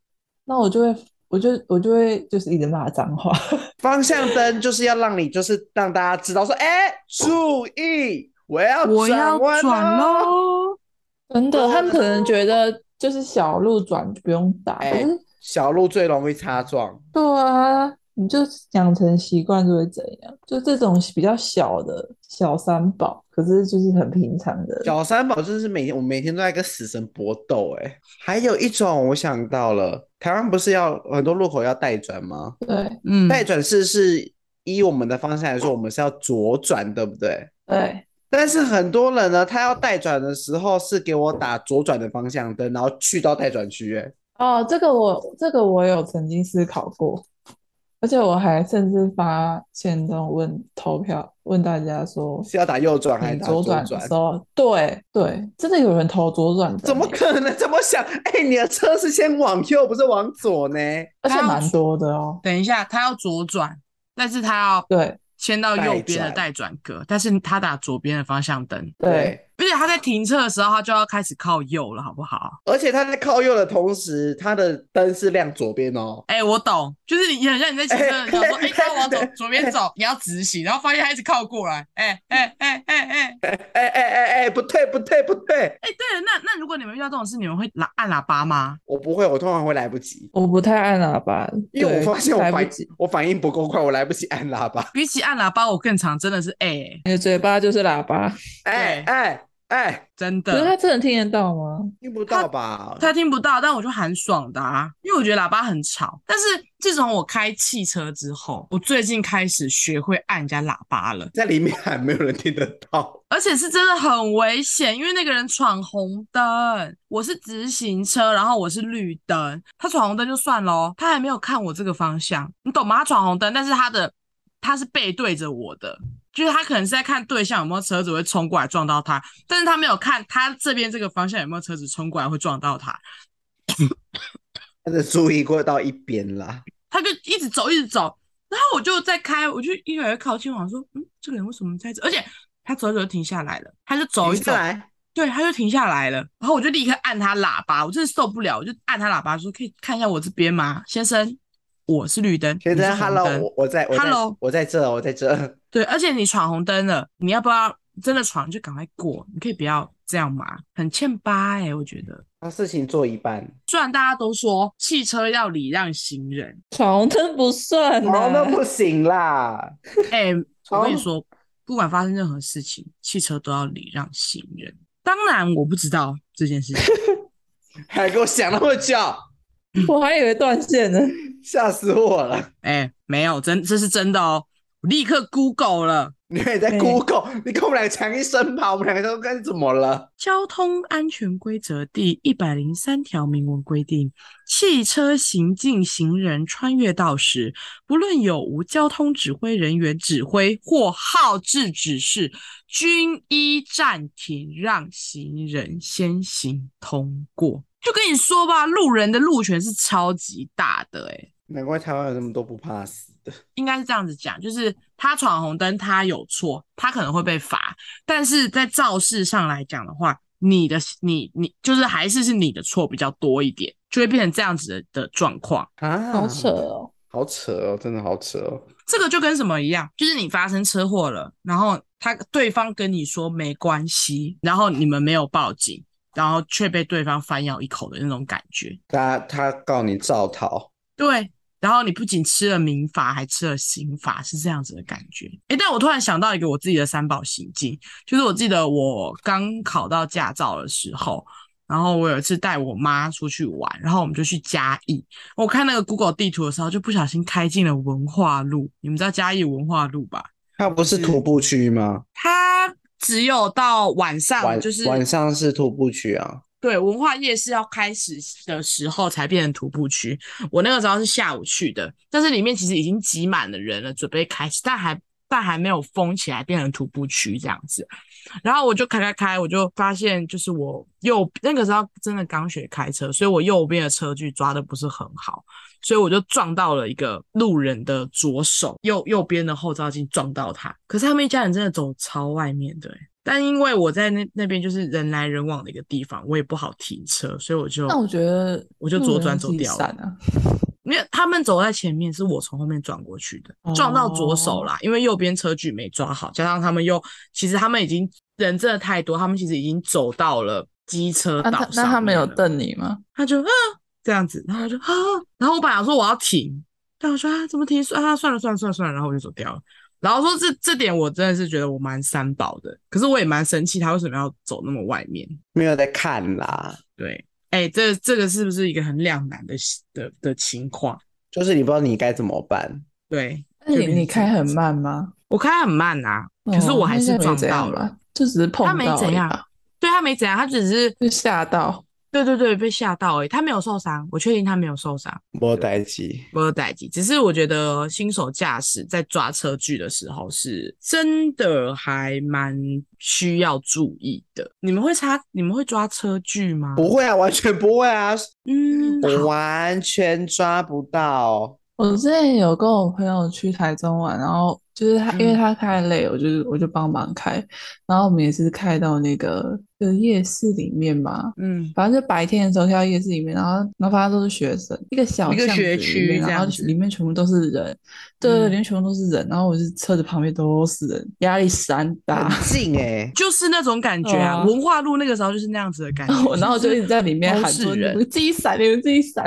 [SPEAKER 3] 那我就会，我就我就会就是一直骂脏话，
[SPEAKER 2] 方向灯就是要让你，就是让大家知道说，哎，注意，我要
[SPEAKER 1] 我要
[SPEAKER 2] 转弯哦
[SPEAKER 1] 转
[SPEAKER 2] 喽。
[SPEAKER 1] 喽。
[SPEAKER 3] 真的，他们可能觉得就是小路转就不用打，可
[SPEAKER 2] 哎
[SPEAKER 3] 是
[SPEAKER 2] 小路最容易擦撞，
[SPEAKER 3] 对啊，你就养成习惯就会怎样？就这种比较小的小三宝，可是就是很平常的，
[SPEAKER 2] 小三宝真的是每天，我每天都在跟死神搏斗。哎，还有一种我想到了，台湾不是要很多路口要带转吗？
[SPEAKER 3] 对
[SPEAKER 1] 嗯，
[SPEAKER 2] 待转式是依我们的方向来说，我们是要左转，对不对？
[SPEAKER 3] 对，
[SPEAKER 2] 但是很多人呢，他要待转的时候是给我打左转的方向灯，然后去到待转区。哎，
[SPEAKER 3] 哦，这个我这个我有曾经思考过，而且我还甚至发现动问投票问大家说。
[SPEAKER 2] 是要打右转还是
[SPEAKER 3] 你
[SPEAKER 2] 打
[SPEAKER 3] 左
[SPEAKER 2] 转
[SPEAKER 3] 转的时候，对对，真的有人投左转的欸
[SPEAKER 2] 怎么
[SPEAKER 3] 呢
[SPEAKER 2] 可能？怎么想？哎、你的车是先往右，不是往左呢？
[SPEAKER 3] 而且
[SPEAKER 1] 他要
[SPEAKER 3] 蛮多的哦。
[SPEAKER 1] 等一下，他要左转，但是他要
[SPEAKER 3] 对
[SPEAKER 1] 先到右边的
[SPEAKER 2] 待转
[SPEAKER 1] 待转格，但是他打左边的方向灯，
[SPEAKER 3] 对，
[SPEAKER 1] 而且他在停车的时候，他就要开始靠右了，好不好？
[SPEAKER 2] 而且他在靠右的同时，他的灯是亮左边哦。
[SPEAKER 1] 哎、我懂，就是你很像你在骑车的时候说，哎、
[SPEAKER 2] 哎
[SPEAKER 1] 他往左左边走，你要直行，然后发现他一直靠过来，哎哎哎哎哎哎，
[SPEAKER 2] 哎哎哎哎，不对不对不对，
[SPEAKER 1] 对了，那那如果你们遇到这种事，你们会喇按喇叭吗？
[SPEAKER 2] 我不会，我通常会来不及，
[SPEAKER 3] 我不太按喇叭，
[SPEAKER 2] 因为
[SPEAKER 3] 对
[SPEAKER 2] 我发现我
[SPEAKER 3] 来
[SPEAKER 2] 反应
[SPEAKER 3] 不及，
[SPEAKER 2] 我反应不够快，我来不及按喇叭。
[SPEAKER 1] 比起按喇叭，我更常真的是哎、哎
[SPEAKER 3] 你的嘴巴就是喇叭。
[SPEAKER 2] 哎
[SPEAKER 1] 对
[SPEAKER 2] 哎哎，
[SPEAKER 1] 真
[SPEAKER 3] 可是他
[SPEAKER 1] 的。
[SPEAKER 3] 真的听得到吗？
[SPEAKER 2] 听不到吧？
[SPEAKER 1] 他听不到，但我就很爽的啊，因为我觉得喇叭很吵。但是自从我开汽车之后，我最近开始学会按人家喇叭了。
[SPEAKER 2] 在里面还没有人听得到。
[SPEAKER 1] 而且是真的很危险，因为那个人闯红灯，我是直行车，然后我是绿灯，他闯红灯就算咯，他还没有看我这个方向，你懂吗？他闯红灯，但是他的他是背对着我的，就是他可能是在看对象有没有车子会冲过来撞到他，但是他没有看他这边这个方向有没有车子冲过来会撞到他，
[SPEAKER 2] 他的注意过到一边啦，
[SPEAKER 1] 他就一直走，一直走。然后我就在开，我就越来越靠近，我想说，嗯，这个人为什么在这？而且他走一走就停下来了，他就走一
[SPEAKER 2] 停下
[SPEAKER 1] 走，
[SPEAKER 2] 来，
[SPEAKER 1] 对，他就停下来了，然后我就立刻按他喇叭，我真的受不了，我就按他喇叭说：“可以看一下我这边吗，先生？我是绿灯，
[SPEAKER 2] 先
[SPEAKER 1] 你是
[SPEAKER 2] 生
[SPEAKER 1] 红
[SPEAKER 2] ，Hello，
[SPEAKER 1] 灯
[SPEAKER 2] 我我在我在
[SPEAKER 1] Hello
[SPEAKER 2] 我在这，我在这。
[SPEAKER 1] 对，而且你闯红灯了，你要不要真的闯就赶快过？你可以不要这样嘛，很欠巴哎、我觉得。
[SPEAKER 2] 他事情做一半，
[SPEAKER 1] 虽然大家都说汽车要礼让行人，
[SPEAKER 3] 闯红灯不算
[SPEAKER 2] 哦，那
[SPEAKER 3] 啊，
[SPEAKER 2] 不行啦。
[SPEAKER 1] 哎、我跟你
[SPEAKER 2] 哦
[SPEAKER 1] 说，不管发生任何事情，汽车都要礼让行人。当然，我不知道这件事情，
[SPEAKER 2] 还给我想那么久，
[SPEAKER 3] 欸我还以为断线呢。
[SPEAKER 2] 吓死我了！
[SPEAKER 1] 哎、没有真，这是真的哦，我立刻 Google 了。
[SPEAKER 2] 你也在
[SPEAKER 3] 对
[SPEAKER 2] Google，你跟我们两个讲一声吧，我们两个都该怎么了？
[SPEAKER 1] 《交通安全规则》第一百零三条明文规定，汽车行进行人穿越道时，不论有无交通指挥人员指挥或号志指示，均依暂停让行人先行通过。就跟你说吧，路人的路权是超级大的、欸，
[SPEAKER 2] 难怪台湾有那么多不怕死的，
[SPEAKER 1] 应该是这样子讲，就是他闯红灯，他有错，他可能会被罚，但是在肇事上来讲的话，你的你你就是还是是你的错比较多一点，就会变成这样子的的状况。
[SPEAKER 2] 啊，
[SPEAKER 3] 好扯，哦，
[SPEAKER 2] 好扯哦，真的好扯哦。
[SPEAKER 1] 这个就跟什么一样，就是你发生车祸了，然后他对方跟你说没关系，然后你们没有报警，然后却被对方反咬一口的那种感觉。
[SPEAKER 2] 他他告你造逃，
[SPEAKER 1] 对，然后你不仅吃了民法，还吃了刑法，是这样子的感觉。诶，但我突然想到一个我自己的三宝行径，就是我记得我刚考到驾照的时候，然后我有一次带我妈出去玩，然后我们就去嘉义。我看那个 Google 地图的时候，就不小心开进了文化路。你们知道嘉义文化路吧？
[SPEAKER 2] 他不是徒步区吗？
[SPEAKER 1] 它只有到晚上，
[SPEAKER 2] 晚
[SPEAKER 1] 就是
[SPEAKER 2] 晚上是徒步区啊，
[SPEAKER 1] 对，文化夜市要开始的时候才变成徒步区。我那个时候是下午去的，但是里面其实已经挤满了人了，准备开始，但还但还没有封起来，变成徒步区这样子。然后我就开开开，我就发现就是我右那个时候真的刚学开车，所以我右边的车距抓的不是很好，所以我就撞到了一个路人的左手，右右边的后照镜撞到他。可是他们一家人真的走超外面的、欸，但因为我在那那边就是人来人往的一个地方，我也不好停车，所以我就
[SPEAKER 3] 嗯那我觉得
[SPEAKER 1] 我就
[SPEAKER 3] 路
[SPEAKER 1] 左
[SPEAKER 3] 人
[SPEAKER 1] 转
[SPEAKER 3] 要
[SPEAKER 1] 走
[SPEAKER 3] 自己
[SPEAKER 1] 掉
[SPEAKER 3] 闪
[SPEAKER 1] 了。
[SPEAKER 3] 啊。
[SPEAKER 1] 因为他们走在前面，是我从后面转过去的，撞到左
[SPEAKER 3] 哦
[SPEAKER 1] 手啦。因为右边车距没抓好，加上他们又，其实他们已经人真的太多，他们其实已经走到了机车
[SPEAKER 3] 啊那
[SPEAKER 1] 道
[SPEAKER 3] 他
[SPEAKER 1] 上、
[SPEAKER 3] 那他没有，瞪你吗？
[SPEAKER 1] 他就啊这样子，然后我就啊，然后我本来想说我要停，但我说啊怎么停？啊算了算了算了算了，然后我就走掉了。然后说这这点我真的是觉得我蛮三宝的，可是我也蛮生气，他为什么要走那么外面？
[SPEAKER 2] 没有在看啦，
[SPEAKER 1] 对，哎，这这个是不是一个很两难的的的情况？
[SPEAKER 2] 就是你不知道你该怎么办。
[SPEAKER 1] 对，
[SPEAKER 3] 那
[SPEAKER 1] 就
[SPEAKER 3] 你
[SPEAKER 1] 变成
[SPEAKER 3] 你
[SPEAKER 1] 这
[SPEAKER 3] 开
[SPEAKER 1] 样
[SPEAKER 3] 很
[SPEAKER 1] 子
[SPEAKER 3] 慢吗？
[SPEAKER 1] 我开很慢啊，可是
[SPEAKER 3] 哦
[SPEAKER 1] 我还
[SPEAKER 3] 那应
[SPEAKER 1] 是
[SPEAKER 3] 该没
[SPEAKER 1] 撞
[SPEAKER 3] 怎样
[SPEAKER 1] 到了。
[SPEAKER 3] 吧，就只是碰
[SPEAKER 1] 他没
[SPEAKER 3] 到
[SPEAKER 1] 怎
[SPEAKER 3] 而已
[SPEAKER 1] 样
[SPEAKER 3] 吧
[SPEAKER 1] 对他没怎样，他只是
[SPEAKER 3] 就吓到。
[SPEAKER 1] 对对对被吓到而已，他没有受伤，我确定他没有受伤，
[SPEAKER 2] 莫代机，
[SPEAKER 1] 没有代际。只是我觉得新手驾驶在抓车距的时候是真的还蛮需要注意的。你们会差，你们会抓车距吗？
[SPEAKER 2] 不会啊，完全不会啊，
[SPEAKER 1] 嗯，好
[SPEAKER 2] 我完全抓不到。
[SPEAKER 3] 我之前有跟我朋友去台中玩，然后就是他，因为
[SPEAKER 1] 嗯
[SPEAKER 3] 他开累，我就我就帮忙开，然后我们也是开到那个就是夜市里面吧，
[SPEAKER 1] 嗯，
[SPEAKER 3] 反正就白天的时候开到夜市里面，然后然后发现都是学生，一个小
[SPEAKER 1] 一个
[SPEAKER 3] 巷子
[SPEAKER 1] 学
[SPEAKER 3] 里
[SPEAKER 1] 区
[SPEAKER 3] 面
[SPEAKER 1] 这
[SPEAKER 3] 然后
[SPEAKER 1] 样子
[SPEAKER 3] 里面全部都是人，对，
[SPEAKER 1] 嗯
[SPEAKER 3] 里面全部都是人，然后我是车子旁边都是人，压力山大，
[SPEAKER 1] 啊
[SPEAKER 2] 很近哎、
[SPEAKER 1] 就是那种感觉
[SPEAKER 3] 对
[SPEAKER 1] 啊。
[SPEAKER 3] 啊
[SPEAKER 1] 文化路那个时候就是那样子的感觉，
[SPEAKER 3] 我 然后就
[SPEAKER 1] 就
[SPEAKER 3] 一
[SPEAKER 1] 是
[SPEAKER 3] 直在里面
[SPEAKER 1] 都
[SPEAKER 3] 喊
[SPEAKER 1] 是
[SPEAKER 3] 说你
[SPEAKER 1] 人
[SPEAKER 3] 们自己闪，你们自己闪，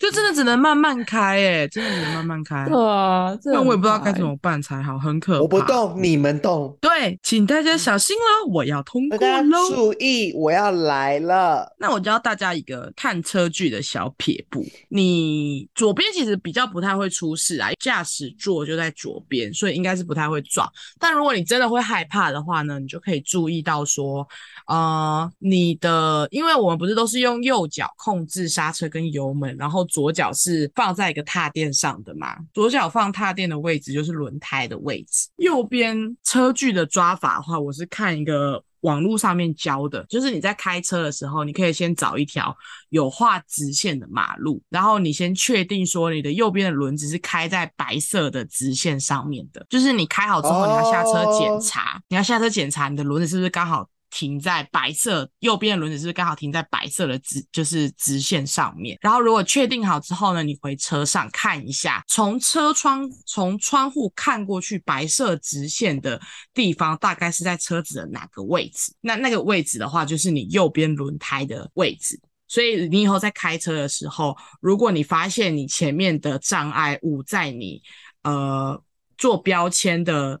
[SPEAKER 1] 就真的只能慢慢开、欸，真的只能慢慢开。
[SPEAKER 3] 对啊，这
[SPEAKER 1] 但我也
[SPEAKER 3] 很
[SPEAKER 1] 不知道
[SPEAKER 3] 怕
[SPEAKER 1] 该
[SPEAKER 3] 欸
[SPEAKER 1] 怎么办才好， 很可怕。
[SPEAKER 2] 我不动，你们动，
[SPEAKER 1] 对，请大家小心喽，我要通
[SPEAKER 2] 嗯大
[SPEAKER 1] 过
[SPEAKER 2] 家
[SPEAKER 1] 喽。
[SPEAKER 2] 注意，我要来了。
[SPEAKER 1] 那我教大家一个看车距的小撇步。你左边其实比较不太会出事啊，驾驶座就在左边，所以应该是不太会撞。但如果你真的会害怕的话呢，你就可以注意到说，呃，你的，因为我们不是都是用右脚控制刹车跟油门，然后左脚是放在一个踏垫上的嘛，左脚放踏垫的位置就是轮胎的位置。右边车距的抓法的话，我是看一个网络上面教的，就是你在开车的时候，你可以先找一条有画直线的马路，然后你先确定说你的右边的轮子是开在白色的直线上面的，就是你开好之后，你要下车检
[SPEAKER 2] 哦
[SPEAKER 1] 查。查，你要下车检查你的轮子是不是刚好停在白色，右边的轮子是不是刚好停在白色的直就是直线上面。然后如果确定好之后呢，你回车上看一下，从车窗从窗户看过去白色直线的地方大概是在车子的哪个位置？那那个位置的话，就是你右边轮胎的位置。所以你以后在开车的时候，如果你发现你前面的障碍物在你呃做标签的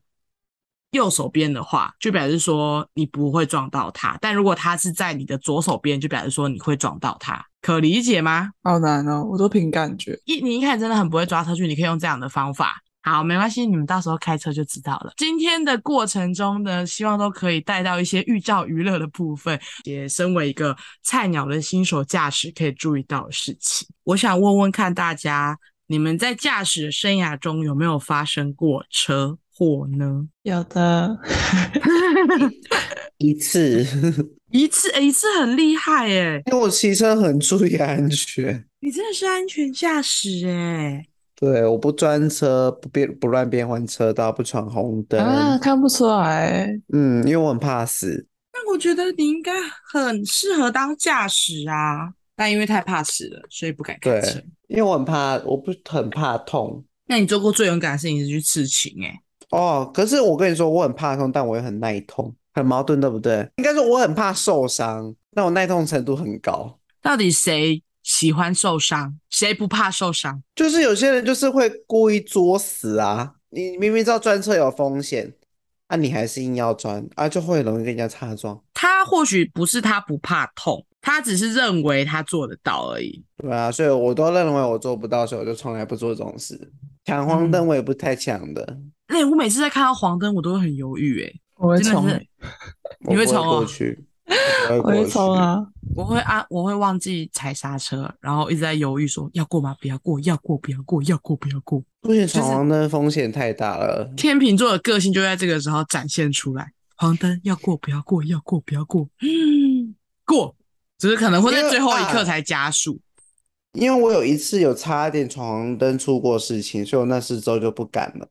[SPEAKER 1] 右手边的话，就表示说你不会撞到它；但如果它是在你的左手边，就表示说你会撞到它。可理解吗？
[SPEAKER 3] 好难哦，我都凭感觉。
[SPEAKER 1] 一你一开始真的很不会抓车距，你可以用这样的方法。好，没关系，你们到时候开车就知道了。今天的过程中呢，希望都可以带到一些寓教于乐的部分，也身为一个菜鸟的新手驾驶可以注意到的事情。我想问问看大家，你们在驾驶的生涯中有没有发生过车祸呢？
[SPEAKER 3] 有的，
[SPEAKER 2] 一次，
[SPEAKER 1] 一次，诶一次很厉害耶！
[SPEAKER 2] 因为我骑车很注意安全，
[SPEAKER 1] 你真的是安全驾驶哎，
[SPEAKER 2] 对，我不专车，不变不乱变换车道，不闯红灯，
[SPEAKER 3] 啊，看不出来，
[SPEAKER 2] 嗯，因为我很怕死。
[SPEAKER 1] 那我觉得你应该很适合当驾驶啊。但因为太怕死了，所以不敢开
[SPEAKER 2] 对
[SPEAKER 1] 车。
[SPEAKER 2] 因为我很怕，我不很怕痛
[SPEAKER 1] 那你做过最勇敢的事情是去刺青哎、
[SPEAKER 2] 哦。可是我跟你说，我很怕痛，但我也很耐痛，很矛盾，对不对？应该说我很怕受伤，但我耐痛程度很高。
[SPEAKER 1] 到底谁喜欢受伤，谁不怕受伤？
[SPEAKER 2] 就是有些人就是会故意作死啊，你明明知道专车有风险，啊，你还是硬要专，啊，就会很容易跟人家擦撞。
[SPEAKER 1] 他或许不是他不怕痛，他只是认为他做得到而已。
[SPEAKER 2] 对啊，所以我都认为我做不到，所以我就从来不做这种事。抢黄灯我也不太抢的，
[SPEAKER 1] 哎、我每次在看到黄灯，我都会很犹豫哎、
[SPEAKER 3] 我会
[SPEAKER 1] 真的
[SPEAKER 3] 冲
[SPEAKER 1] 是
[SPEAKER 3] 欸，
[SPEAKER 2] 我
[SPEAKER 1] 你会
[SPEAKER 2] 不
[SPEAKER 1] 冲
[SPEAKER 2] 过
[SPEAKER 1] 哦
[SPEAKER 2] 去，我
[SPEAKER 3] 我
[SPEAKER 2] 不会过
[SPEAKER 3] 会冲
[SPEAKER 2] 去。
[SPEAKER 3] 啊，
[SPEAKER 1] 我会按，我会忘记踩刹车，然后一直在犹豫说要过吗？不要过，要过不要过，要过不要过。
[SPEAKER 2] 不行，
[SPEAKER 1] 是
[SPEAKER 2] 闯黄灯风险太大了。
[SPEAKER 1] 天秤座的个性就在这个时候展现出来。黄灯要过不要过，要过不要过，嗯，过，只是可能会在最后一刻才加速。
[SPEAKER 2] 因为我有一次有差点闯黄灯出过事情，所以我那次之后就不敢了。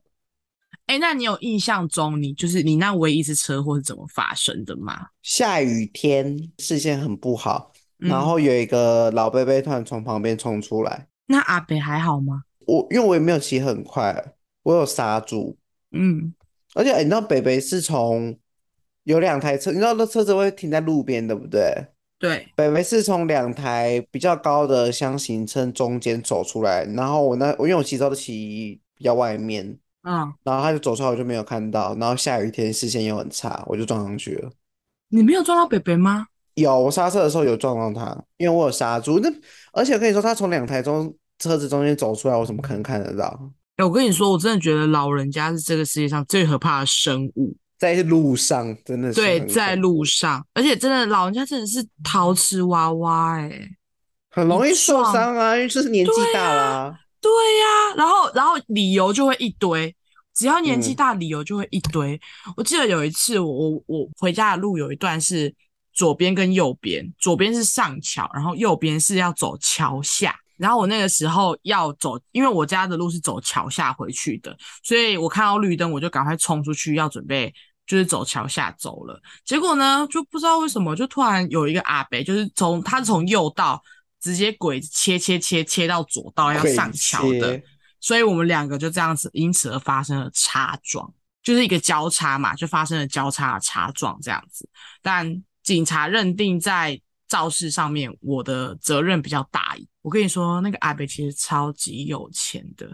[SPEAKER 1] 哎、那你有印象中你就是你那唯一一次车祸是怎么发生的吗？
[SPEAKER 2] 下雨天视线很不好，
[SPEAKER 1] 嗯
[SPEAKER 2] 然后有一个老伯伯突然从旁边冲出来，
[SPEAKER 1] 那阿北还好吗？
[SPEAKER 2] 我因为我也没有骑很快，我有刹住，
[SPEAKER 1] 嗯，
[SPEAKER 2] 而且、哎你知道北北是从有两台车，你知道那车子会停在路边，对不对？
[SPEAKER 1] 对，
[SPEAKER 2] 北北是从两台比较高的箱型车中间走出来，然后我那我因为我骑车都骑比较外面，
[SPEAKER 1] 嗯，
[SPEAKER 2] 然后他就走出来，我就没有看到，然后下雨天视线又很差，我就撞上去了。
[SPEAKER 1] 你没有撞到北北吗？
[SPEAKER 2] 有，我刹车的时候有撞到他，因为我有刹住。那而且我跟你说，他从两台中车子中间走出来，我怎么可能看得到？
[SPEAKER 1] 哎、我跟你说，我真的觉得老人家是这个世界上最可怕的生物。
[SPEAKER 2] 在路上真的是
[SPEAKER 1] 对，
[SPEAKER 2] 很
[SPEAKER 1] 在
[SPEAKER 2] 恐
[SPEAKER 1] 路上，而且真的老人家真的是陶瓷娃娃哎、
[SPEAKER 2] 很容易
[SPEAKER 1] 你
[SPEAKER 2] 受
[SPEAKER 1] 撞
[SPEAKER 2] 伤啊，因为就是年纪
[SPEAKER 1] 对
[SPEAKER 2] 大啦、
[SPEAKER 1] 对呀、然后然后理由就会一堆，只要年纪
[SPEAKER 2] 嗯
[SPEAKER 1] 大，理由就会一堆。我记得有一次我，我我回家的路有一段是左边跟右边，左边是上桥，然后右边是要走桥下，然后我那个时候要走，因为我家的路是走桥下回去的，所以我看到绿灯，我就赶快冲出去，要准备就是走桥下走了。结果呢，就不知道为什么，就突然有一个阿伯，就是从他是从右道直接鬼切切切切到左道要上桥的
[SPEAKER 2] 啊鬼切，
[SPEAKER 1] 所以我们两个就这样子，因此而发生了擦撞，就是一个交叉嘛，就发生了交叉的擦撞这样子。但警察认定在肇事上面我的责任比较大一。我跟你说，那个阿北其实超级有钱的，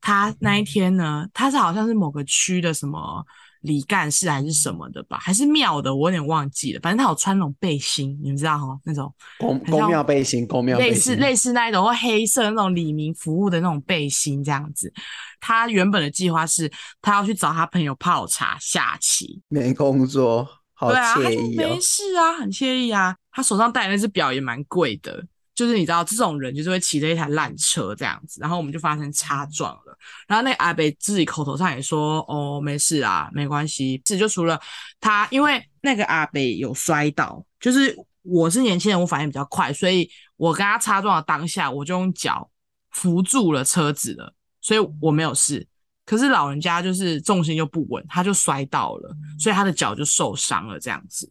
[SPEAKER 1] 他那一天呢，他是好像是某个区的什么李干事还是什么的吧，还是庙的，我有点忘记了。反正他有穿那种背心，你们知道哈，那种
[SPEAKER 2] 公
[SPEAKER 1] 很像
[SPEAKER 2] 公庙背心，公庙
[SPEAKER 1] 类
[SPEAKER 2] 背
[SPEAKER 1] 似
[SPEAKER 2] 心，
[SPEAKER 1] 类似那一种或黑色那种李明服务的那种背心这样子。他原本的计划是，他要去找他朋友泡茶下棋，
[SPEAKER 2] 没工作，好
[SPEAKER 1] 对啊，他
[SPEAKER 2] 惬
[SPEAKER 1] 就
[SPEAKER 2] 意哦
[SPEAKER 1] 没。事啊，很惬意啊。他手上戴的那只表也蛮贵的，就是你知道这种人就是会骑着一台烂车这样子，然后我们就发生擦撞了。然后那个阿北自己口头上也说：“哦，没事啊，没关系。”是就除了他，因为那个阿北有摔倒，就是我是年轻人，我反应比较快，所以我跟他擦撞的当下，我就用脚扶住了车子了，所以我没有事。可是老人家就是重心就不稳，他就摔倒了，所以他的脚就受伤了，这样子。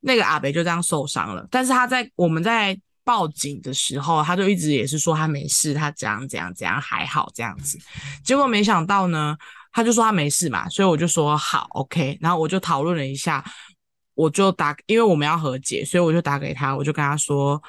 [SPEAKER 1] 那个阿北就这样受伤了，但是他在我们在报警的时候，他就一直也是说他没事，他怎样怎样怎样还好这样子。结果没想到呢，他就说他没事嘛，所以我就说好，OK。然后我就讨论了一下，我就打，因为我们要和解，所以我就打给他，我就跟他说，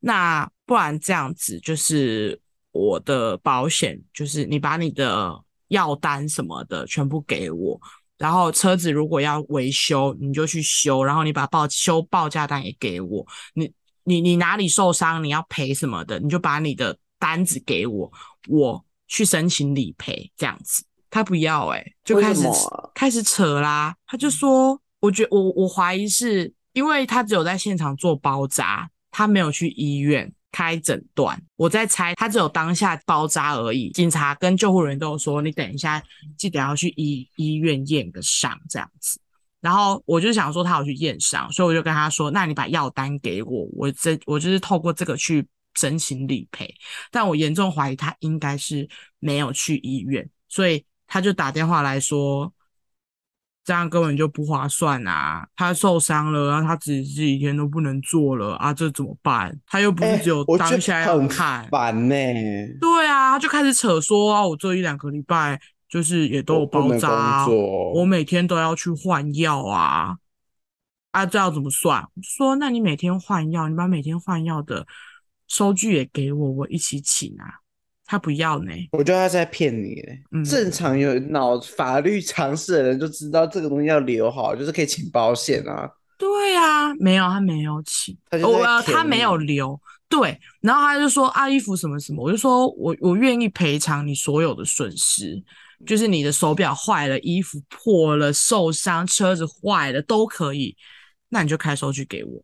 [SPEAKER 1] 那不然这样子，就是我的保险，就是你把你的药单什么的全部给我，然后车子如果要维修，你就去修，然后你把报修报价单也给我，你你你哪里受伤，你要赔什么的，你就把你的单子给我，我去申请理赔这样子。他不要哎、就
[SPEAKER 2] 为
[SPEAKER 1] 开
[SPEAKER 2] 什
[SPEAKER 1] 始
[SPEAKER 2] 么啊嗯
[SPEAKER 1] 开始扯啦，他就说，我觉我我怀疑是因为他只有在现场做包扎，他没有去医院。开诊断，我在猜他只有当下包扎而已。警察跟救护人员都有说，你等一下记得要去医医院验个伤这样子。然后我就想说他有去验伤，所以我就跟他说：“那你把药单给我，我这我就是透过这个去申请理赔。”但我严重怀疑他应该是没有去医院，所以他就打电话来说，这样根本就不划算啊！他受伤了，然后他自己这几天都不能做了啊，这怎么办？他又不是
[SPEAKER 2] 哎
[SPEAKER 1] 只有
[SPEAKER 2] 我觉
[SPEAKER 1] 当
[SPEAKER 2] 得
[SPEAKER 1] 下要
[SPEAKER 2] 很
[SPEAKER 1] 看，
[SPEAKER 2] 烦呢、
[SPEAKER 1] 对啊，他就开始扯说啊，我这一两个礼拜就是也都有
[SPEAKER 2] 我不
[SPEAKER 1] 包
[SPEAKER 2] 能
[SPEAKER 1] 扎啊，
[SPEAKER 2] 工作
[SPEAKER 1] 我每天都要去换药啊，啊，这要怎么算？我就说，那你每天换药，你把每天换药的收据也给我，我一起请啊。他不要呢，
[SPEAKER 2] 我觉得他是在骗你嘞、
[SPEAKER 1] 嗯
[SPEAKER 2] 正常有脑法律常识的人就知道这个东西要留好，就是可以请保险啊。
[SPEAKER 1] 对啊，没有，他没有请，
[SPEAKER 2] 他就
[SPEAKER 1] 我、
[SPEAKER 2] 在
[SPEAKER 1] 呃、
[SPEAKER 2] 舔
[SPEAKER 1] 他没有
[SPEAKER 2] 你
[SPEAKER 1] 留，对，然后他就说啊衣服什么什么，我就说我我愿意赔偿你所有的损失，就是你的手表坏了、衣服破了、受伤、车子坏了都可以，那你就开收据给我，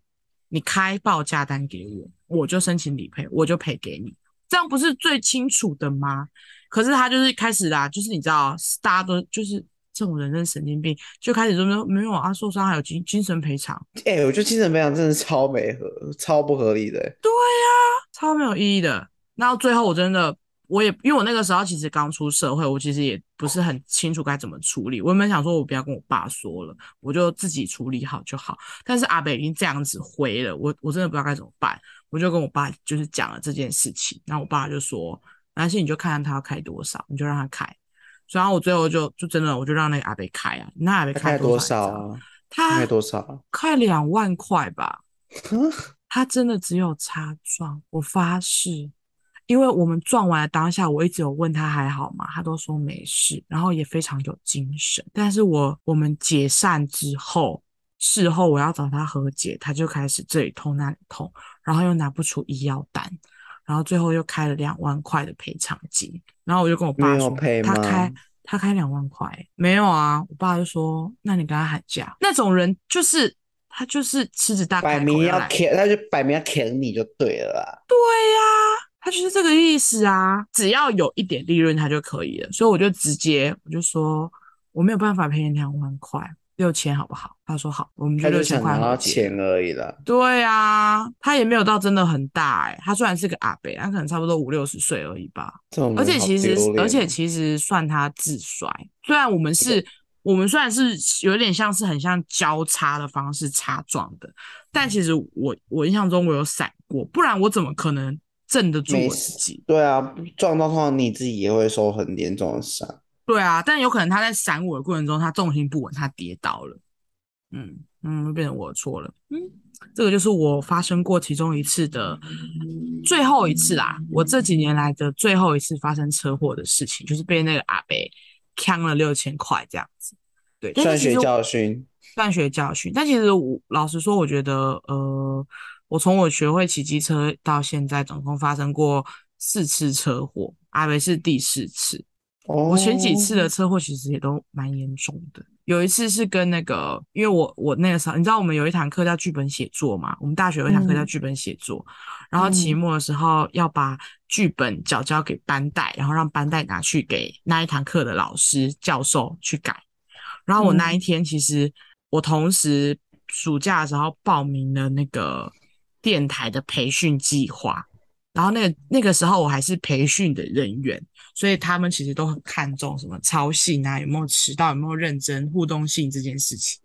[SPEAKER 1] 你开报价单给我，我就申请理赔，我就赔给你，这样不是最清楚的吗？可是他就是开始啦，就是你知道，大家都就是这种人真是神经病，就开始就说没有啊，受伤还有精精神赔偿，
[SPEAKER 2] 哎、我觉得精神赔偿真的超没合，超不合理的、欸
[SPEAKER 1] 超没有意义的。然后最后我真的，我也因为我那个时候其实刚出社会，我其实也不是很清楚该怎么处理。我原本想说，我不要跟我爸说了，我就自己处理好就好。但是阿北已经这样子回了，我我真的不知道该怎么办。我就跟我爸就是讲了这件事情，然后我爸就说，没关系，你就看看他要开多少，你就让他开。所以然后我最后就就真的我就让那个阿北开啊，那阿北
[SPEAKER 2] 大概
[SPEAKER 1] 多
[SPEAKER 2] 多少
[SPEAKER 1] 你知道吗
[SPEAKER 2] 啊？大
[SPEAKER 1] 他啊
[SPEAKER 2] 概多少啊？
[SPEAKER 1] 快两万块吧。
[SPEAKER 2] 嗯
[SPEAKER 1] 他真的只有擦撞，我发誓。因为我们撞完的当下，我一直有问他还好吗，他都说没事，然后也非常有精神。但是我我们解散之后，事后我要找他和解，他就开始这里痛那里痛，然后又拿不出医药单，然后最后又开了两万块的赔偿金。然后我就跟我爸
[SPEAKER 2] 没有
[SPEAKER 1] 说，
[SPEAKER 2] 赔
[SPEAKER 1] 他
[SPEAKER 2] 吗
[SPEAKER 1] 开他开两万块，没有啊。我爸就说，那你跟他喊价。那种人就是他就是狮子大开
[SPEAKER 2] 摆
[SPEAKER 1] 口
[SPEAKER 2] 明
[SPEAKER 1] 要
[SPEAKER 2] 要
[SPEAKER 1] 来
[SPEAKER 2] 舔，他就摆明要舔你就对了啦。
[SPEAKER 1] 对呀、他就是这个意思啊，只要有一点利润他就可以了。所以我就直接我就说我没有办法赔你两万块，六千好不好？他说好，我们就
[SPEAKER 2] 他
[SPEAKER 1] 六
[SPEAKER 2] 就
[SPEAKER 1] 千
[SPEAKER 2] 想
[SPEAKER 1] 块
[SPEAKER 2] 拿
[SPEAKER 1] 和
[SPEAKER 2] 到
[SPEAKER 1] 解
[SPEAKER 2] 钱而已啦。
[SPEAKER 1] 对啊，他也没有到真的很大哎、他虽然是个阿伯，他可能差不多五六十岁而已吧。
[SPEAKER 2] 这种
[SPEAKER 1] 而且
[SPEAKER 2] 人嗯好
[SPEAKER 1] 其实
[SPEAKER 2] 丢，脸
[SPEAKER 1] 而且
[SPEAKER 2] 哦
[SPEAKER 1] 其实算他自衰。虽然我们是，我们虽然是有点像是很像交叉的方式擦撞的，
[SPEAKER 2] 嗯
[SPEAKER 1] 但其实我我印象中我有闪过，不然我怎么可能镇得住
[SPEAKER 2] 没
[SPEAKER 1] 我自
[SPEAKER 2] 事
[SPEAKER 1] 己？
[SPEAKER 2] 对啊，撞到的话你自己也会受很严重的伤。
[SPEAKER 1] 对啊，但有可能他在闪我的过程中，他重心不稳，他跌倒了。嗯嗯，就变成我的错了。嗯，这个就是我发生过其中一次的最后一次啦，我这几年来的最后一次发生车祸的事情，就是被那个阿伯坑了六千块这样子。对，但
[SPEAKER 2] 算
[SPEAKER 1] 是其
[SPEAKER 2] 学
[SPEAKER 1] 实我
[SPEAKER 2] 教训，
[SPEAKER 1] 办学教训。但其实我老实说，我觉得，呃，我从我学会骑机车到现在，总共发生过四次车祸，阿北是第四次。我
[SPEAKER 2] 我
[SPEAKER 1] 前几次
[SPEAKER 3] 哦
[SPEAKER 1] 的车祸其实也都蛮严重的。有一次是跟那个，因为我我那个时候，你知道我们有一堂课叫剧本写作嘛，我们大学有一堂课叫
[SPEAKER 3] 嗯
[SPEAKER 1] 剧本写作，然后期
[SPEAKER 3] 嗯
[SPEAKER 1] 末的时候要把剧本缴交给班代，然后让班代拿去给那一堂课的老师教授去改。然后我那一天其实我同时暑假的时候报名了那个电台的培训计划，然后那个那个时候我还是培训的人员，所以他们其实都很看重什么操性啊，有没有迟到，有没有认真互动性这件事情。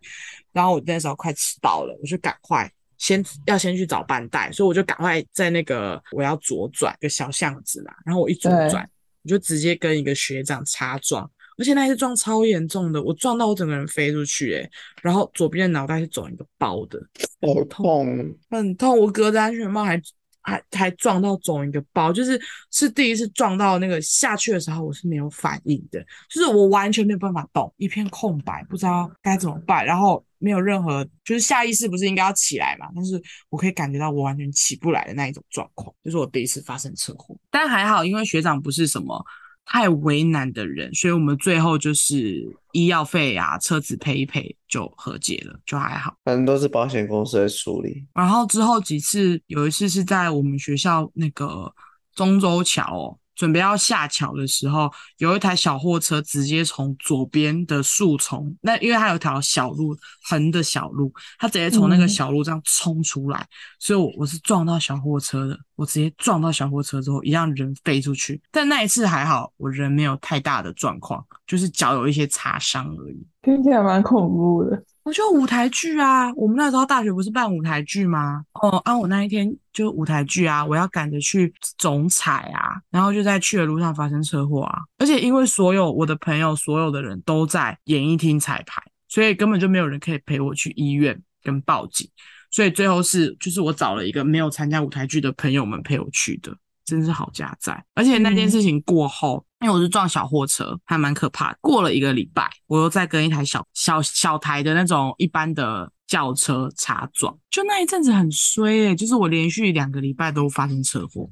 [SPEAKER 1] 然后我那时候快迟到了，我就赶快先要先去找班带，所以我就赶快在那个我要左转一个小巷子嘛，然后我一左
[SPEAKER 3] 对
[SPEAKER 1] 转，我就直接跟一个学长擦撞，而且那一次撞超严重的，我撞到我整个人飞出去、欸，然后左边的脑袋是肿一个包的，
[SPEAKER 2] 哦好痛，
[SPEAKER 1] 很痛，我隔着安全帽还还还撞到肿一个包，就是是第一次撞到那个下去的时候，我是没有反应的，就是我完全没有办法动，一片空白，不知道该怎么办，然后没有任何就是下意识不是应该要起来嘛，但是我可以感觉到我完全起不来的那一种状况，就是我第一次发生车祸，但还好，因为学长不是什么。太为难的人，所以我们最后就是医药费啊、车子赔一赔就和解了，就还好。
[SPEAKER 2] 反正都是保险公司的处理。
[SPEAKER 1] 然后之后几次，有一次是在我们学校那个中州桥哦，准备要下桥的时候，有一台小货车直接从左边的树丛，那因为它有条小路，横的小路，它直接从那个
[SPEAKER 3] 嗯
[SPEAKER 1] 小路这样冲出来，所以我我是撞到小货车的，我直接撞到小货车之后，一样人飞出去。但那一次还好，我人没有太大的状况，就是脚有一些擦伤而已。
[SPEAKER 3] 听起来蛮恐怖的。
[SPEAKER 1] 我哦就舞台剧啊，我们那时候大学不是办舞台剧吗？哦，啊，我那一天就舞台剧啊，我要赶着去总彩啊，然后就在去的路上发生车祸啊，而且因为所有我的朋友，所有的人都在演艺厅彩排，所以根本就没有人可以陪我去医院跟报警，所以最后是就是我找了一个没有参加舞台剧的朋友们陪我去的，真是好家在。而且那件
[SPEAKER 3] 嗯
[SPEAKER 1] 事情过后，因为我是撞小货车，还蛮可怕的。过了一个礼拜，我又再跟一台小小小台的那种一般的轿车擦撞，就那一阵子很衰诶、就是我连续两个礼拜都发生车祸，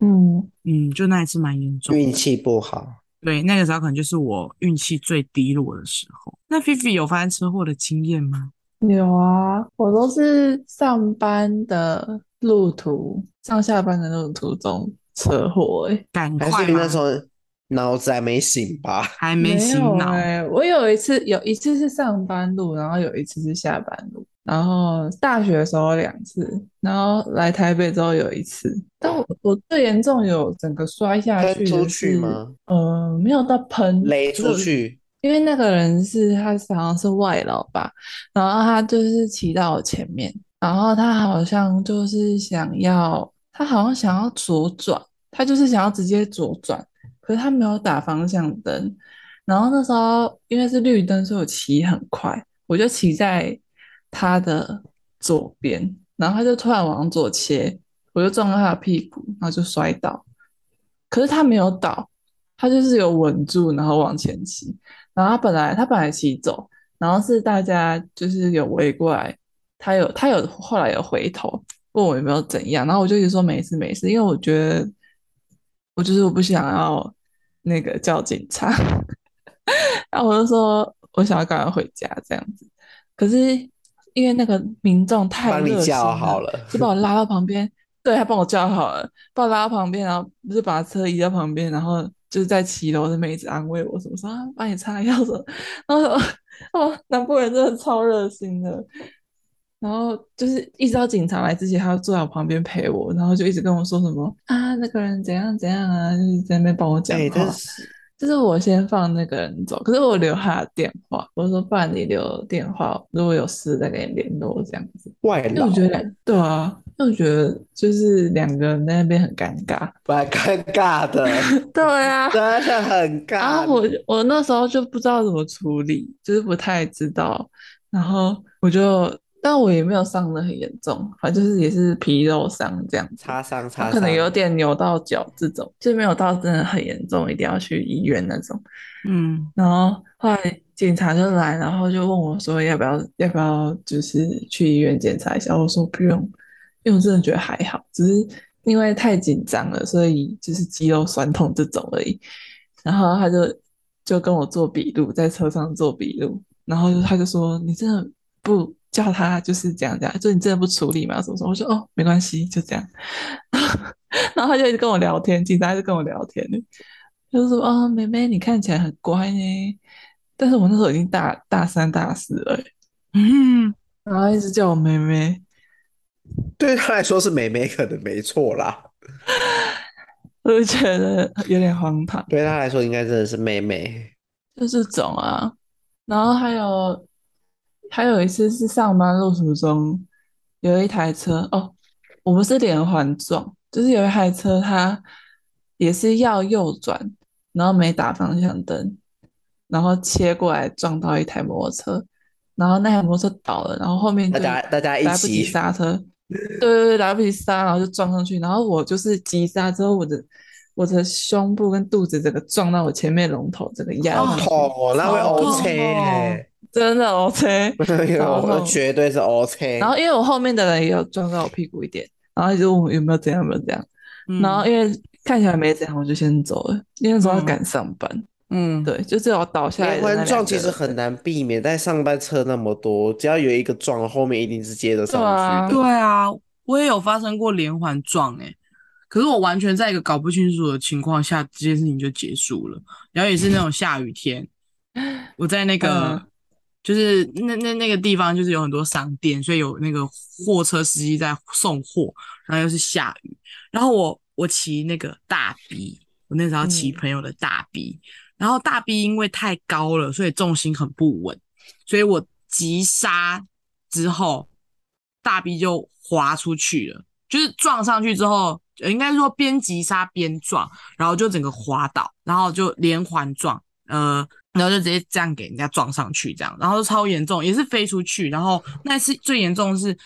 [SPEAKER 3] 嗯，
[SPEAKER 1] 嗯，就那一次蛮严重的。
[SPEAKER 2] 运气不好，
[SPEAKER 1] 对，那个时候可能就是我运气最低落的时候。那菲菲有发生车祸的经验吗？
[SPEAKER 3] 有啊，我都是上班的路途，上下班的路途中车祸欸。
[SPEAKER 1] 赶
[SPEAKER 2] 还
[SPEAKER 1] 快
[SPEAKER 2] 是你
[SPEAKER 1] 吗
[SPEAKER 2] 那？时候脑子还没醒吧？
[SPEAKER 1] 还没洗
[SPEAKER 3] 有
[SPEAKER 1] 脑，
[SPEAKER 3] 欸我有一次有一次是上班路，然后有一次是下班路，然后大学的时候两次，然后来台北之后有一次，但我我最严重有整个摔下
[SPEAKER 2] 喷
[SPEAKER 3] 去
[SPEAKER 2] 出
[SPEAKER 3] 的
[SPEAKER 2] 去
[SPEAKER 3] 是嗯
[SPEAKER 2] 吗？
[SPEAKER 3] 呃，没有到喷，
[SPEAKER 2] 勒
[SPEAKER 3] 就
[SPEAKER 2] 出去，
[SPEAKER 3] 因为那个人是他好像是外劳吧，然后他就是骑到我前面，然后他好像就是想要，他好像想要左转，他就是想要直接左转，可是他没有打方向灯，然后那时候因为是绿灯，所以我骑很快，我就骑在他的左边，然后他就突然往左切，我就撞到他的屁股，然后就摔倒，可是他没有倒，他就是有稳住，然后往前骑。然后他本来他本来骑走，然后是大家就是有围过来，他有他有后来有回头问我有没有怎样，然后我就一直说没事没事，因为我觉得我就是我不想要那个叫警察， 然后我就说我想要赶快回家这样子，可是因为那个民众太
[SPEAKER 2] 帮你
[SPEAKER 3] 热心
[SPEAKER 2] 叫好
[SPEAKER 3] 了，
[SPEAKER 2] 了。
[SPEAKER 3] 就把我拉到旁边，对，他帮我叫好了，把我拉到旁边，然后就是把车移到旁边，然后就是在骑楼那边一直安慰我，什么说啊，帮你擦药什么，然后我说 哦，南部人真的超热心的。然后就是一直到警察来之前，他就坐在我旁边陪我，然后就一直跟我说什么啊，那个人怎样怎样啊，就是在那边帮我讲
[SPEAKER 2] 哎，
[SPEAKER 3] 话
[SPEAKER 2] 但。是
[SPEAKER 3] 就是我先放那个人走，可是我留他的电话，我说不然你留电话，如果有事再跟你联络这样子。
[SPEAKER 2] 外
[SPEAKER 3] 因为
[SPEAKER 2] 劳
[SPEAKER 3] 我觉得两，对啊，因为我觉得就是两个人在那边很尴尬。
[SPEAKER 2] 蛮尴尬的，
[SPEAKER 3] 对啊，
[SPEAKER 2] 真的很尬。
[SPEAKER 3] 然啊后我我那时候就不知道怎么处理，就是不太知道，然后我就，但我也没有伤得很严重，反正就是也是皮肉伤这样子，
[SPEAKER 2] 擦伤擦伤，
[SPEAKER 3] 可能有点扭到脚这种，就没有到真的很严重，一定要去医院那种。
[SPEAKER 1] 嗯，
[SPEAKER 3] 然后后来警察就来，然后就问我说要不要要不要就是去医院检查一下，我说不用，因为我真的觉得还好，只是因为太紧张了，所以就是肌肉酸痛这种而已。然后他就就跟我做笔录，在车上做笔录，然后他就说你真的不叫他就是这样这样，就你真的不处理吗？什么什么？我说哦没关系，就这样。 然后他就一直跟我聊天，警察就跟我聊天。就是说啊、妹妹你看起来很乖呢，但是我那时候已经大大三大四了欸，
[SPEAKER 1] 嗯，
[SPEAKER 3] 然后一直叫我妹妹，
[SPEAKER 2] 对他来说是妹妹，可能没错啦。
[SPEAKER 3] 我就觉得有点荒唐，
[SPEAKER 2] 对他来说，应该真的是妹妹。
[SPEAKER 3] 就这种啊。然后还有还有一次是上班路途中，有一台车哦，我们是连环撞，就是有一台车它也是要右转，然后没打方向灯，然后切过来撞到一台摩托车，然后那台摩托车倒了，然后后面
[SPEAKER 2] 大
[SPEAKER 3] 就。
[SPEAKER 2] 家大家一
[SPEAKER 3] 嗯来不
[SPEAKER 2] 起，
[SPEAKER 3] 及刹车，对对对，来不及刹，然后就撞上去，然后我就是急刹之后，我的我的胸部跟肚子整个撞到我前面龙头，整个压
[SPEAKER 2] 好
[SPEAKER 3] 上去，
[SPEAKER 2] 痛哦，那会
[SPEAKER 3] 好
[SPEAKER 2] O
[SPEAKER 1] 痛
[SPEAKER 2] 车耶，
[SPEAKER 3] 真的 OK。
[SPEAKER 2] 因为
[SPEAKER 3] 好
[SPEAKER 2] 我
[SPEAKER 3] 痛哦
[SPEAKER 2] 绝对是 O 车。
[SPEAKER 3] 然后因为我后面的人也有撞到我屁股一点，然后一直问我有没有怎样有没有怎样，
[SPEAKER 1] 嗯
[SPEAKER 3] 然后因为看起来没怎样，我就先走了，因为那时候要
[SPEAKER 1] 嗯
[SPEAKER 3] 赶上班，
[SPEAKER 1] 嗯，
[SPEAKER 3] 对，就只有倒下来
[SPEAKER 2] 连
[SPEAKER 3] 的那
[SPEAKER 2] 环
[SPEAKER 3] 两
[SPEAKER 2] 撞
[SPEAKER 3] 个
[SPEAKER 2] 其实
[SPEAKER 3] 人
[SPEAKER 2] 很难避免，但上班车那么多，只要有一个撞了，后面一定是接着上去
[SPEAKER 3] 对
[SPEAKER 2] 的。
[SPEAKER 1] 对啊，我也有发生过连环撞诶、可是我完全在一个搞不清楚的情况下，这件事情就结束了。然后也是那种下雨 天，我在那个、
[SPEAKER 3] 嗯
[SPEAKER 1] 就是那那那个地方，就是有很多商店，所以有那个货车司机在送货，然后又是下雨，然后我我骑那个大 B，我那时候骑
[SPEAKER 3] 嗯
[SPEAKER 1] 朋友的大 B，、然后大 B 因为太高了，所以重心很不稳，所以我急刹之后，大 B 就滑出去了，就是撞上去之后，呃应该说边急刹边撞，然后就整个滑倒，然后就连环撞，呃，然后就直接这样给人家撞上去，这样，然后就超严重，也是飞出去，然后那次最严重的是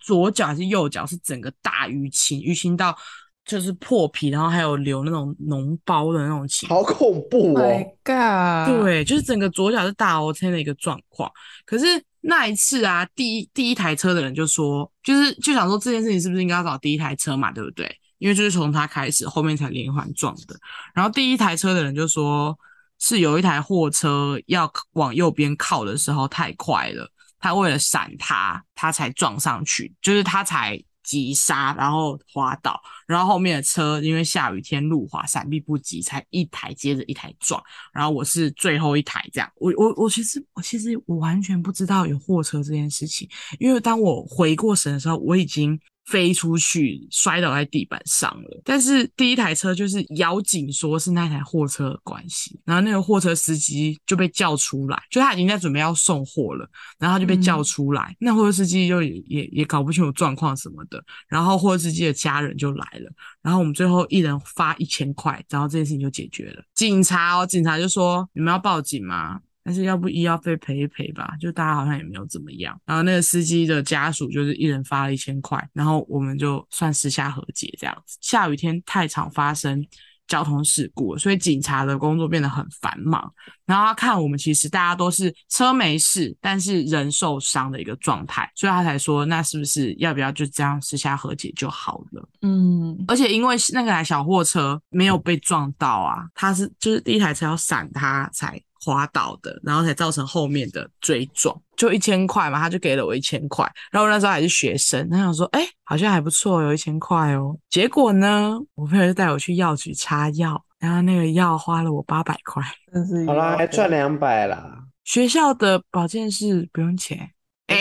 [SPEAKER 1] 左脚还是右脚是整个大淤青，淤青到就是破皮，然后还有流那种脓包的那种情况
[SPEAKER 2] 好恐怖哦！
[SPEAKER 3] ，My God，，
[SPEAKER 1] 对，就是整个左脚是大 O 车的一个状况。可是那一次啊，第一第一台车的人就说，就是就想说这件事情是不是应该要找第一台车嘛，对不对？因为就是从他开始，后面才连环撞的。然后第一台车的人就说，是有一台货车要往右边靠的时候太快了，他为了闪他，他才撞上去，就是他才急刹，然后滑倒，然后后面的车因为下雨天路滑，闪避不及，才一台接着一台撞。然后我是最后一台这样。我我我其实我其实我完全不知道有货车这件事情，因为当我回过神的时候，我已经飞出去摔倒在地板上了。但是第一台车就是咬紧，说是那台货车的关系，然后那个货车司机就被叫出来，就他已经在准备要送货了，然后他就被叫
[SPEAKER 3] 嗯
[SPEAKER 1] 出来。那货车司机就也也也搞不清楚状况什么的，然后货车司机的家人就来了。然后我们最后一人发一千块，然后这件事情就解决了。警察哦，警察就说你们要报警吗？但是要不医药费赔一赔吧，就大家好像也没有怎么样。然后那个司机的家属就是一人发了一千块，然后我们就算私下和解这样子。下雨天太常发生交通事故了，所以警察的工作变得很繁忙。然后他看我们其实大家都是车没事，但是人受伤的一个状态，所以他才说那是不是要不要就这样私下和解就好了。
[SPEAKER 3] 嗯，
[SPEAKER 1] 而且因为是那个台小货车没有被撞到啊，它是就是第一台车要闪它才滑倒的，然后才造成后面的追撞，就一千块嘛，他就给了我一千块，然后我那时候还是学生，他想说，哎、好像还不错，有一千块哦。结果呢，我朋友就带我去药局擦药，然后那个药花了我八百块，
[SPEAKER 3] 真是
[SPEAKER 2] 好啦，
[SPEAKER 3] 要
[SPEAKER 2] 还
[SPEAKER 3] 的
[SPEAKER 2] 赚两百啦，
[SPEAKER 1] 学校的保健室不用钱。哎、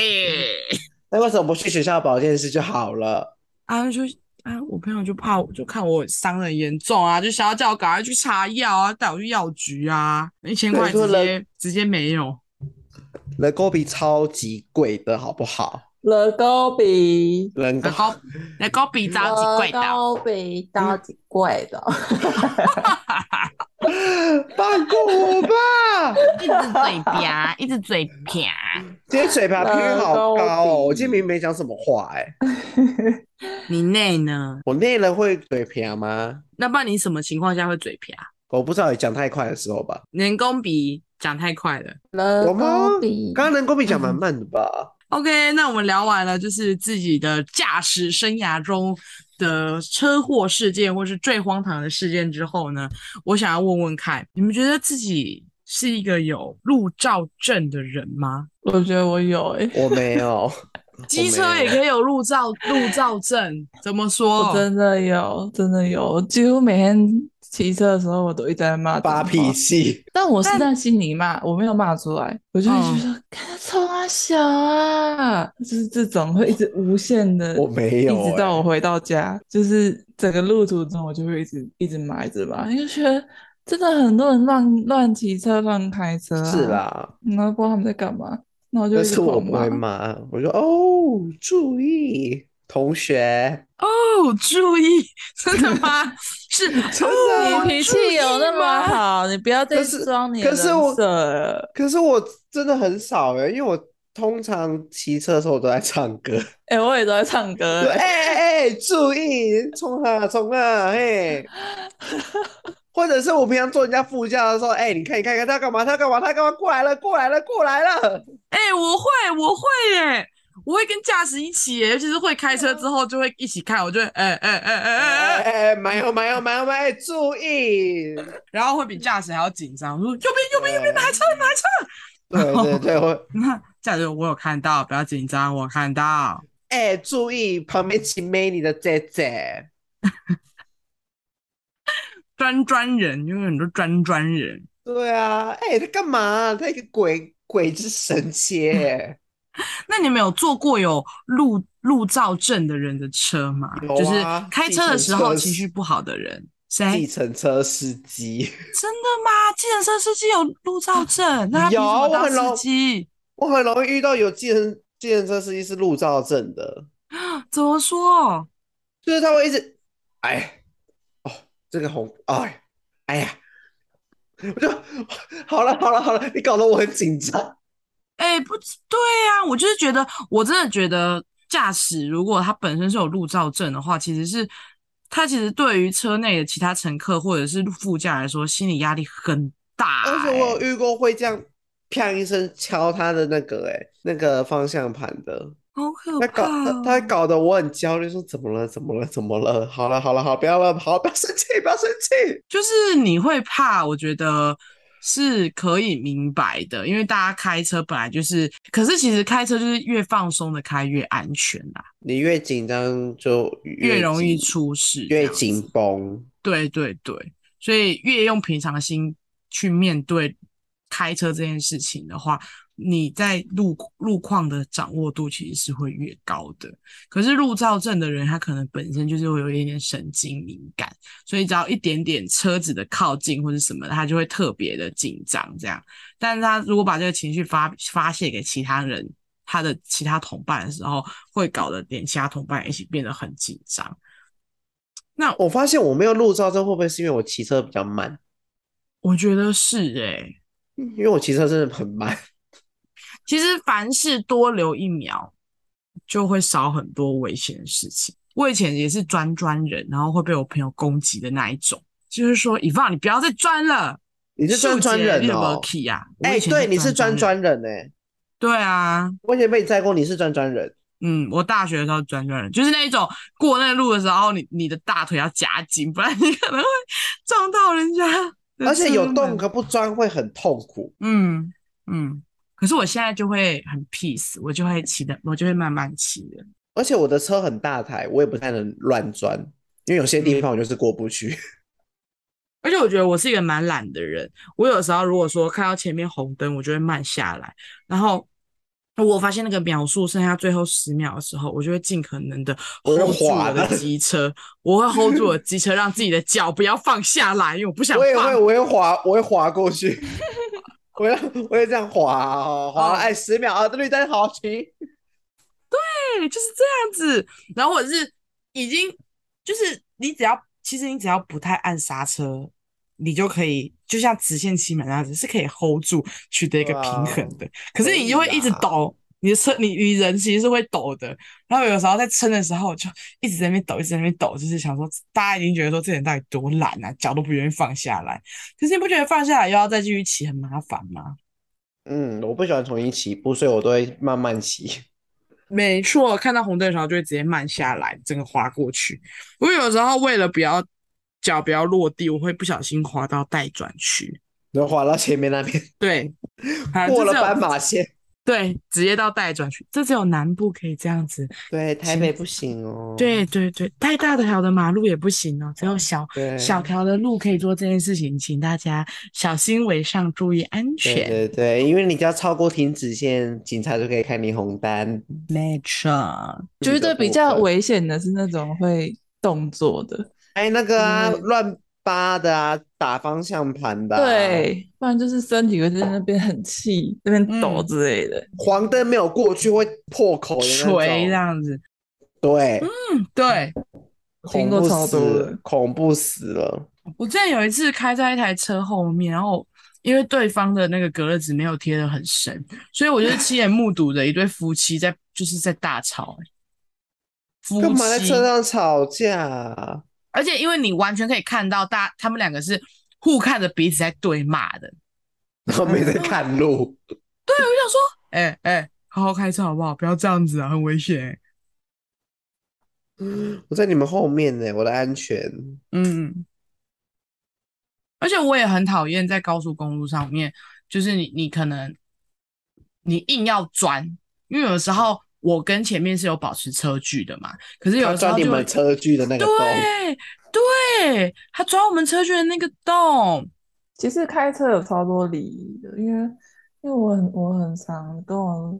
[SPEAKER 2] 那为什么不去学校保健室就好了？
[SPEAKER 1] 啊，就啊，我朋友就怕我，就看我伤得很严重啊，就想要叫我赶快去查药啊，带我去药局啊，一千
[SPEAKER 2] 对
[SPEAKER 1] 块
[SPEAKER 2] 说
[SPEAKER 1] 直
[SPEAKER 2] 了
[SPEAKER 1] 接直接没有。
[SPEAKER 2] 人工比超级贵的好不好？
[SPEAKER 3] 乐高比，
[SPEAKER 1] 那
[SPEAKER 2] 人工
[SPEAKER 1] 高那高比着急
[SPEAKER 3] 乐
[SPEAKER 1] 贵的，
[SPEAKER 3] 高比超级贵 的，哦
[SPEAKER 2] 放过我吧！
[SPEAKER 1] 一直嘴瓢，一直嘴瓢。
[SPEAKER 2] 今天嘴巴偏好高
[SPEAKER 3] 乐高
[SPEAKER 2] 哦，
[SPEAKER 3] 比
[SPEAKER 2] 我今天明明没讲什么话哎、
[SPEAKER 1] 你内呢？
[SPEAKER 2] 我内人会嘴瓢吗？
[SPEAKER 1] 那不然你什么情况下会嘴瓢？
[SPEAKER 2] 我不知道你讲太快的时候吧。
[SPEAKER 1] 人工比讲太快了。
[SPEAKER 3] 乐
[SPEAKER 2] 我吗
[SPEAKER 3] 高比，
[SPEAKER 2] 刚刚人工比讲蛮慢的吧？
[SPEAKER 1] OK，那我们聊完了，就是自己的驾驶生涯中的车祸事件，或是最荒唐的事件之后呢，我想要问问看，你们觉得自己是一个有路照证的人吗？
[SPEAKER 3] 我觉得我有哎、
[SPEAKER 2] 我没 有，
[SPEAKER 1] 机车也可以有路照路照证，怎么说
[SPEAKER 3] 我？真的有，真的有，我几乎每天骑车的时候，我都一直在骂
[SPEAKER 2] 发
[SPEAKER 3] 脏话
[SPEAKER 2] 脾气。
[SPEAKER 3] 但我是在心里骂，我没有骂出来，我就会觉得看他冲啊小啊，就是这种会一直无限 的，
[SPEAKER 2] 我没有
[SPEAKER 3] 一直到
[SPEAKER 2] 欸
[SPEAKER 3] 我回到家，就是整个路途中，我就会一直一直骂，一直骂，因为觉得真的很多人乱乱骑车、乱开车、啊
[SPEAKER 2] 是，啦，
[SPEAKER 3] 然后不知道他们在干嘛，那我就
[SPEAKER 2] 但
[SPEAKER 3] 一直
[SPEAKER 2] 是我
[SPEAKER 3] 狂
[SPEAKER 2] 不
[SPEAKER 3] 骂
[SPEAKER 2] 会。骂，我说哦，注意，同 学，
[SPEAKER 1] 哦，注意，真的吗？是
[SPEAKER 2] 真的啊
[SPEAKER 1] 哦
[SPEAKER 3] 你脾气有那
[SPEAKER 1] 注
[SPEAKER 3] 么
[SPEAKER 1] 意吗
[SPEAKER 3] 好，你不要再
[SPEAKER 2] 可是
[SPEAKER 3] 装你的
[SPEAKER 2] 啊可是我
[SPEAKER 3] 人设了。
[SPEAKER 2] 可是我真的很少哎、因为我通常骑车的时候我都在唱歌，
[SPEAKER 3] 哎、我也都在唱歌、
[SPEAKER 2] 就
[SPEAKER 3] 欸
[SPEAKER 2] 哎。哎哎，注意，冲啊冲啊，嘿。 或者是我平常坐人家副驾的时候，哎、你看，你看，你看他干嘛？他干嘛？他干嘛？过来了，过来了，过来 了！
[SPEAKER 1] 哎、我会，我会耶、我会跟驾驶一起耶、尤其是会开车之后就会一起看，我就会哎哎哎哎
[SPEAKER 2] 哎
[SPEAKER 1] 哎哎，
[SPEAKER 2] 哎，买哦，买哦，买哦，买！哎注意，
[SPEAKER 1] 然后会比驾驶还要紧张，我说右边右边右
[SPEAKER 2] 对
[SPEAKER 1] 边来车来车，
[SPEAKER 2] 对对对，我
[SPEAKER 1] 那驾驶我有看到，不要紧张，我看到。
[SPEAKER 2] 哎、注意，旁边骑美女的姐姐，
[SPEAKER 1] 专专人，因为很多专专人，
[SPEAKER 2] 对啊，哎、他干嘛？他一个鬼鬼之神切、
[SPEAKER 1] 那你们有坐过有路路照证的人的车吗？
[SPEAKER 2] 有啊
[SPEAKER 1] 就是开车的时候
[SPEAKER 2] 计程车
[SPEAKER 1] 情绪不好的人，
[SPEAKER 2] 计
[SPEAKER 1] 谁？
[SPEAKER 2] 程车司机，
[SPEAKER 1] 真的吗？计程车司机有路照证，那他凭什么
[SPEAKER 2] 有我很
[SPEAKER 1] 当
[SPEAKER 2] 容
[SPEAKER 1] 司机？
[SPEAKER 2] 我很容易遇到有计程计程车司机是路照证的，
[SPEAKER 1] 怎么说？
[SPEAKER 2] 就是他会一直，哎，哦，这个红，哎，哎呀，我就好了好了好了，你搞得我很紧张。
[SPEAKER 1] 哎、不对啊，我就是觉得，我真的觉得驾驶如果他本身是有路照证的话，其实是他其实对于车内的其他乘客或者是副驾来说，心理压力很大、
[SPEAKER 2] 而且我有
[SPEAKER 1] 欸
[SPEAKER 2] 遇过会这样。啪一声敲他的那个哎、那个方向盘的，
[SPEAKER 1] 好可
[SPEAKER 2] 他
[SPEAKER 1] 怕
[SPEAKER 2] 搞
[SPEAKER 1] 哦、
[SPEAKER 2] 他他搞得我很焦虑，说怎么了怎么了怎么了？好了好了好，不要了，好不要生气不要生气。
[SPEAKER 1] 就是你会怕，我觉得是可以明白的，因为大家开车本来就是，可是其实开车就是越放松的开越安全啊啦，
[SPEAKER 2] 你越紧张就
[SPEAKER 1] 越容易
[SPEAKER 2] 紧
[SPEAKER 1] 出事，
[SPEAKER 2] 越紧绷。
[SPEAKER 1] 对对对，所以越用平常心去面对开车这件事情的话，你在路路况的掌握度其实是会越高的。可是路照症的人，他可能本身就是会有一点点神经敏感，所以只要一点点车子的靠近或者什么，他就会特别的紧张这样。但是他如果把这个情绪发发泄给其他人，他的其他同伴的时候，会搞得连其他同伴也一起变得很紧张。那
[SPEAKER 2] 我发现我没有路照证，会不会是因为我骑车比较慢？嗯
[SPEAKER 1] 我觉得是欸诶、
[SPEAKER 2] 因为我骑车真的很慢。
[SPEAKER 1] 其实凡事多留一秒，就会少很多危险的事情。我以前也是专专人，然后会被我朋友攻击的那一种，就是说以放你不要再专了，
[SPEAKER 2] 你
[SPEAKER 1] 你
[SPEAKER 2] 是专专人
[SPEAKER 1] 你怎么
[SPEAKER 2] 哦？
[SPEAKER 1] key 啊？我
[SPEAKER 2] 哎、
[SPEAKER 1] 以前
[SPEAKER 2] 对，你是专
[SPEAKER 1] 专人，
[SPEAKER 2] 专人哎、
[SPEAKER 1] 对啊，
[SPEAKER 2] 我以前被你载过，你是专专人。
[SPEAKER 1] 嗯，我大学的时候专专人，就是那一种过那路的时候，哦你你的大腿要夹紧，不然你可能会 撞到人家的
[SPEAKER 2] 而且有
[SPEAKER 1] 车门
[SPEAKER 2] 洞可不钻会很痛苦。
[SPEAKER 1] 嗯嗯，可是我现在就会很 peace，我就会骑的，我就会慢慢骑的。
[SPEAKER 2] 而且我的车
[SPEAKER 1] 嗯
[SPEAKER 2] 很大台，我也不太能乱钻，因为有些地方我就是过不去。
[SPEAKER 1] 而且我觉得我是一个蛮懒的人，我有时候如果说看到前面红灯，我就会慢下来，然后。我发现那个秒数剩下最后十秒的时候，我就会尽可能的
[SPEAKER 2] 我就
[SPEAKER 1] hold 住
[SPEAKER 2] 哦滑
[SPEAKER 1] 我的
[SPEAKER 2] 了
[SPEAKER 1] 机车，我会 hold 住我的机车，让自己的脚不要放下来，因为我不想
[SPEAKER 2] 我也会，
[SPEAKER 1] 放。
[SPEAKER 2] 我会滑，我会滑过去， 我要 我也这样滑哦，滑
[SPEAKER 1] 哦
[SPEAKER 2] 了哎十秒啊，绿灯好停，
[SPEAKER 1] 对，就是这样子。然后我是已经就是你只要其实你只要不太按刹车，你就可以就像直线骑马那样子，是可以 hold 住取得一个平衡的。可是你就会一直
[SPEAKER 2] 可以啦
[SPEAKER 1] 抖，你的车你你人其实是会抖的。然后有时候在撑的时候就一直在那边抖，一直在那边抖，就是想说大家已经觉得说这人到底多懒啊，脚都不愿意放下来。可是你不觉得放下来又要再继续骑很麻烦吗？
[SPEAKER 2] 嗯，我不喜欢重新起步，所以我都会慢慢骑。
[SPEAKER 1] 没错，看到红灯的时候就会直接慢下来，整个滑过去。我有时候为了不要脚不要落地，我会不小心滑到待转区。
[SPEAKER 2] 然后滑到前面那边，
[SPEAKER 1] 对，啊，
[SPEAKER 2] 过
[SPEAKER 1] 这
[SPEAKER 2] 了
[SPEAKER 1] 只有
[SPEAKER 2] 斑马线。
[SPEAKER 1] 对，直接到待转区，这只有南部可以这样子。
[SPEAKER 2] 对，台
[SPEAKER 1] 行
[SPEAKER 2] 北不行哦。
[SPEAKER 1] 对对对，太大的条的马路也不行哦，只有小
[SPEAKER 2] 对
[SPEAKER 1] 小条的路可以做这件事情，请大家小心为上，注意安
[SPEAKER 2] 对
[SPEAKER 1] 全。
[SPEAKER 2] 对对，因为你只要超过停止线，警察就可以开你红单。
[SPEAKER 1] 没错，
[SPEAKER 3] 觉得比较
[SPEAKER 2] 部分
[SPEAKER 3] 危险的是那种会动作的，
[SPEAKER 2] 哎，那个啊，
[SPEAKER 3] 嗯
[SPEAKER 2] 乱扒的啊，打方向盘的、，啊
[SPEAKER 3] 对，不然就是身体会在那边很气，那边抖
[SPEAKER 1] 嗯
[SPEAKER 3] 之类的。
[SPEAKER 2] 黄灯没有过去会破口的那种。
[SPEAKER 1] 锤这样子，
[SPEAKER 2] 对，
[SPEAKER 1] 嗯， 对。
[SPEAKER 2] 恐
[SPEAKER 3] 听过
[SPEAKER 2] 怖
[SPEAKER 3] 超
[SPEAKER 2] 死
[SPEAKER 3] 多
[SPEAKER 2] 了
[SPEAKER 3] 的
[SPEAKER 2] 恐怖死了。
[SPEAKER 1] 我之前有一次开在一台车后面，然后因为对方的那个隔热纸没有贴得很深，所以我 就是亲眼目睹着一对夫妻在就是在大吵、欸夫
[SPEAKER 2] 干嘛在
[SPEAKER 1] 妻，
[SPEAKER 2] 车上吵架啊？
[SPEAKER 1] 而且因为你完全可以看到大他们两个是互看着彼此在对骂的。
[SPEAKER 2] 然后没在看路，
[SPEAKER 1] 我想说，哎、哎、好好开车好不好？不要这样子啊，很危险欸、
[SPEAKER 2] 我在你们后面呢，我的安全。
[SPEAKER 1] 嗯，而且我也很讨厌在高速公路上面，就是你你可能你硬要钻，因为有时候我跟前面是有保持车距的嘛，可是有
[SPEAKER 2] 他
[SPEAKER 1] 的时候
[SPEAKER 2] 钻你
[SPEAKER 1] 就会
[SPEAKER 2] 们车距的那个洞，
[SPEAKER 1] 对对，他钻我们车距的那个洞，
[SPEAKER 3] 其实开车有超多礼仪的，因为因为我很我很常跟我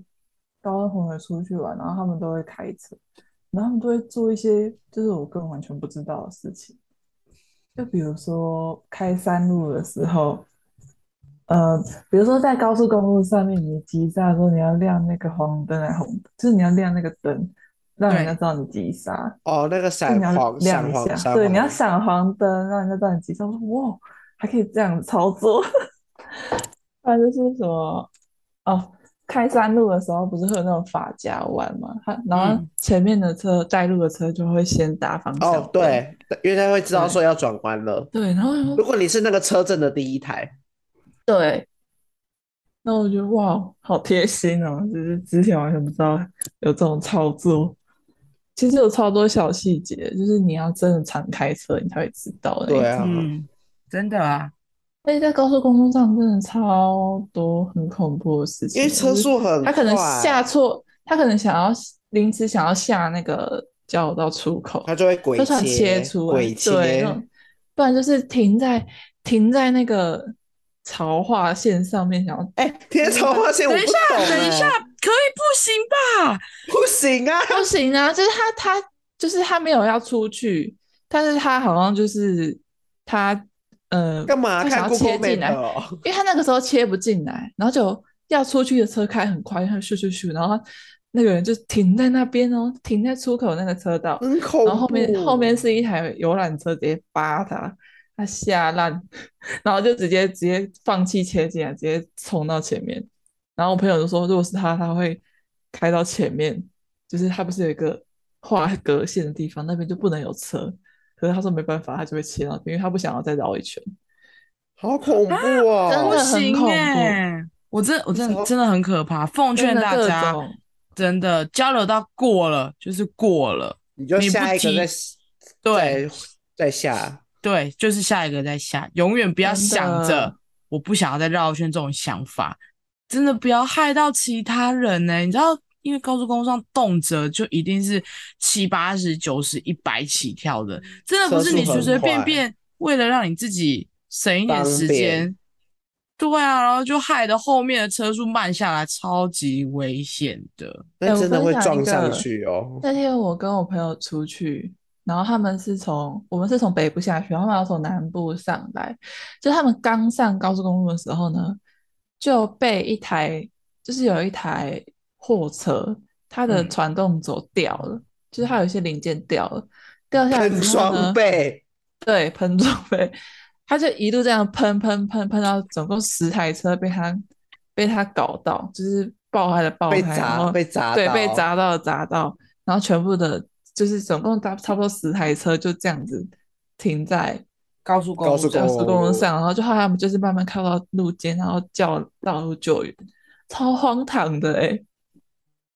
[SPEAKER 3] 高中同学出去玩，然后他们都会开车，然后他们都会做一些就是我根本完全不知道的事情，就比如说开山路的时候，呃，比如说在高速公路上面，你急刹的时候你要亮那个黄灯还是红灯，就是你要亮那个灯，让人家
[SPEAKER 1] 对
[SPEAKER 3] 知道你急刹。
[SPEAKER 2] 哦，那个
[SPEAKER 3] 就
[SPEAKER 2] 闪
[SPEAKER 3] 你要
[SPEAKER 2] 黄、
[SPEAKER 3] 亮
[SPEAKER 2] 闪
[SPEAKER 3] 一
[SPEAKER 2] 黄、
[SPEAKER 3] 下，
[SPEAKER 2] 闪
[SPEAKER 3] 对，你要
[SPEAKER 2] 黄
[SPEAKER 3] 闪黄灯，让人家知道你急刹。我说哇，还可以这样操作。 还有就是什么哦，开山路的时候不是会有那种法夹弯嘛？它然后
[SPEAKER 1] 嗯
[SPEAKER 3] 前面的车带路的车就会先打方向
[SPEAKER 2] 哦，
[SPEAKER 3] 灯，
[SPEAKER 2] 对，因为他会知道说要转弯了。
[SPEAKER 3] 对，然后我
[SPEAKER 2] 如
[SPEAKER 3] 就
[SPEAKER 2] 果你是那个车阵的第一台，
[SPEAKER 3] 对，那我觉得哇，好贴心哦！就是之前完全不知道有这种操作。其实有超多小细节，就是你要真的常开车，你才会知道的那一
[SPEAKER 2] 对啊，
[SPEAKER 1] 嗯，真的啊，
[SPEAKER 3] 而且在高速公路上真的超多很恐怖的事情，
[SPEAKER 2] 因为车速很
[SPEAKER 3] 就是
[SPEAKER 2] 快，
[SPEAKER 3] 他可能下错，他可能想要临时想要下那个交流道出口，
[SPEAKER 2] 他就会
[SPEAKER 3] 就
[SPEAKER 2] 鬼
[SPEAKER 3] 想切
[SPEAKER 2] 切
[SPEAKER 3] 出来，
[SPEAKER 2] 鬼
[SPEAKER 3] 对，嗯那
[SPEAKER 2] 切，
[SPEAKER 3] 种不然就是停在停在那个潮化线上面，想要
[SPEAKER 2] 哎， 天朝发现我
[SPEAKER 1] 等
[SPEAKER 2] 不
[SPEAKER 1] 一
[SPEAKER 2] 懂
[SPEAKER 1] 下，
[SPEAKER 2] 哎，
[SPEAKER 1] 等一下，可以不行吧？
[SPEAKER 2] 不行啊，
[SPEAKER 3] 不行啊，就是他他就是他没有要出去，但是他好像就是他呃
[SPEAKER 2] 干嘛
[SPEAKER 3] 他
[SPEAKER 2] 看
[SPEAKER 3] 想要
[SPEAKER 2] Google
[SPEAKER 3] 切进
[SPEAKER 2] Map
[SPEAKER 3] 来。
[SPEAKER 2] 哦？
[SPEAKER 3] 因为他那个时候切不进来，然后就要出去的车开很快，然后咻咻咻，然后那个人就停在那边哦，停在出口那个车道，
[SPEAKER 2] 很恐怖。
[SPEAKER 3] 然后后面哦后面是一台游览车直接扒他，他吓烂，然后就直接直接放弃切进来，直接冲到前面。然后我朋友就说，如果是他，他会开到前面，就是他不是有一个画格线的地方，那边就不能有车。可是他说没办法，他就会切到，因为他不想要再绕一圈。
[SPEAKER 2] 好恐怖
[SPEAKER 3] 啊真
[SPEAKER 1] 不
[SPEAKER 3] 的
[SPEAKER 2] 哦！
[SPEAKER 3] 很
[SPEAKER 1] 行
[SPEAKER 3] 恐怖
[SPEAKER 1] 哎、我真我真
[SPEAKER 2] 什
[SPEAKER 1] 的
[SPEAKER 2] 么
[SPEAKER 1] 真的很可怕，奉
[SPEAKER 3] 真
[SPEAKER 1] 劝
[SPEAKER 3] 的
[SPEAKER 1] 大
[SPEAKER 3] 各
[SPEAKER 1] 家，
[SPEAKER 3] 种
[SPEAKER 1] 真的交流到过了就是过了。
[SPEAKER 2] 你就
[SPEAKER 1] 你不
[SPEAKER 2] 下一个
[SPEAKER 1] 急
[SPEAKER 2] 再
[SPEAKER 1] 对
[SPEAKER 2] 再再下，
[SPEAKER 1] 对，就是下一个再下，永远不要
[SPEAKER 3] 真的
[SPEAKER 1] 想着我不想要再绕圈这种想法，真的不要害到其他人呢、你知道，因为高速公路上动辄就一定是七八十、九十、一百起跳的，真的不是
[SPEAKER 2] 车速
[SPEAKER 1] 你随
[SPEAKER 2] 很
[SPEAKER 1] 随便
[SPEAKER 2] 快
[SPEAKER 1] 便为了让你自己省一点
[SPEAKER 2] 方
[SPEAKER 1] 时
[SPEAKER 2] 便
[SPEAKER 1] 间，对啊，然后就害得后面的车速慢下来，超级危险的。
[SPEAKER 3] 哎
[SPEAKER 2] 那
[SPEAKER 3] 我
[SPEAKER 2] 真的
[SPEAKER 3] 分
[SPEAKER 2] 会
[SPEAKER 3] 享一
[SPEAKER 2] 撞
[SPEAKER 3] 个
[SPEAKER 2] 上去哦。
[SPEAKER 3] 那天我跟我朋友出去，然后他们是从我们是从北部下去，然后他们要从南部上来。就他们刚上高速公路的时候呢，就被一台就是有一台货车，它的
[SPEAKER 1] 嗯
[SPEAKER 3] 传动轴掉了，就是它有一些零件掉了，掉下来
[SPEAKER 2] 喷
[SPEAKER 3] 之后呢
[SPEAKER 2] 双，倍，
[SPEAKER 3] 对，喷装备，他就一路这样喷喷喷喷到总共十台车被他被他搞到，就是爆胎的爆
[SPEAKER 2] 被
[SPEAKER 3] 胎，然
[SPEAKER 1] 嗯
[SPEAKER 2] 砸
[SPEAKER 3] 后
[SPEAKER 2] 被砸
[SPEAKER 3] 对被
[SPEAKER 2] 到
[SPEAKER 3] 砸到砸到，然后全部的就是总共差差不多十台车就这样子停在
[SPEAKER 1] 高速公
[SPEAKER 2] 高
[SPEAKER 1] 路
[SPEAKER 2] 速
[SPEAKER 1] 上
[SPEAKER 3] 高速公
[SPEAKER 2] 哦
[SPEAKER 3] 路上，然后就后来他们就是慢慢靠到路肩，然后叫道路救援，超荒唐的诶、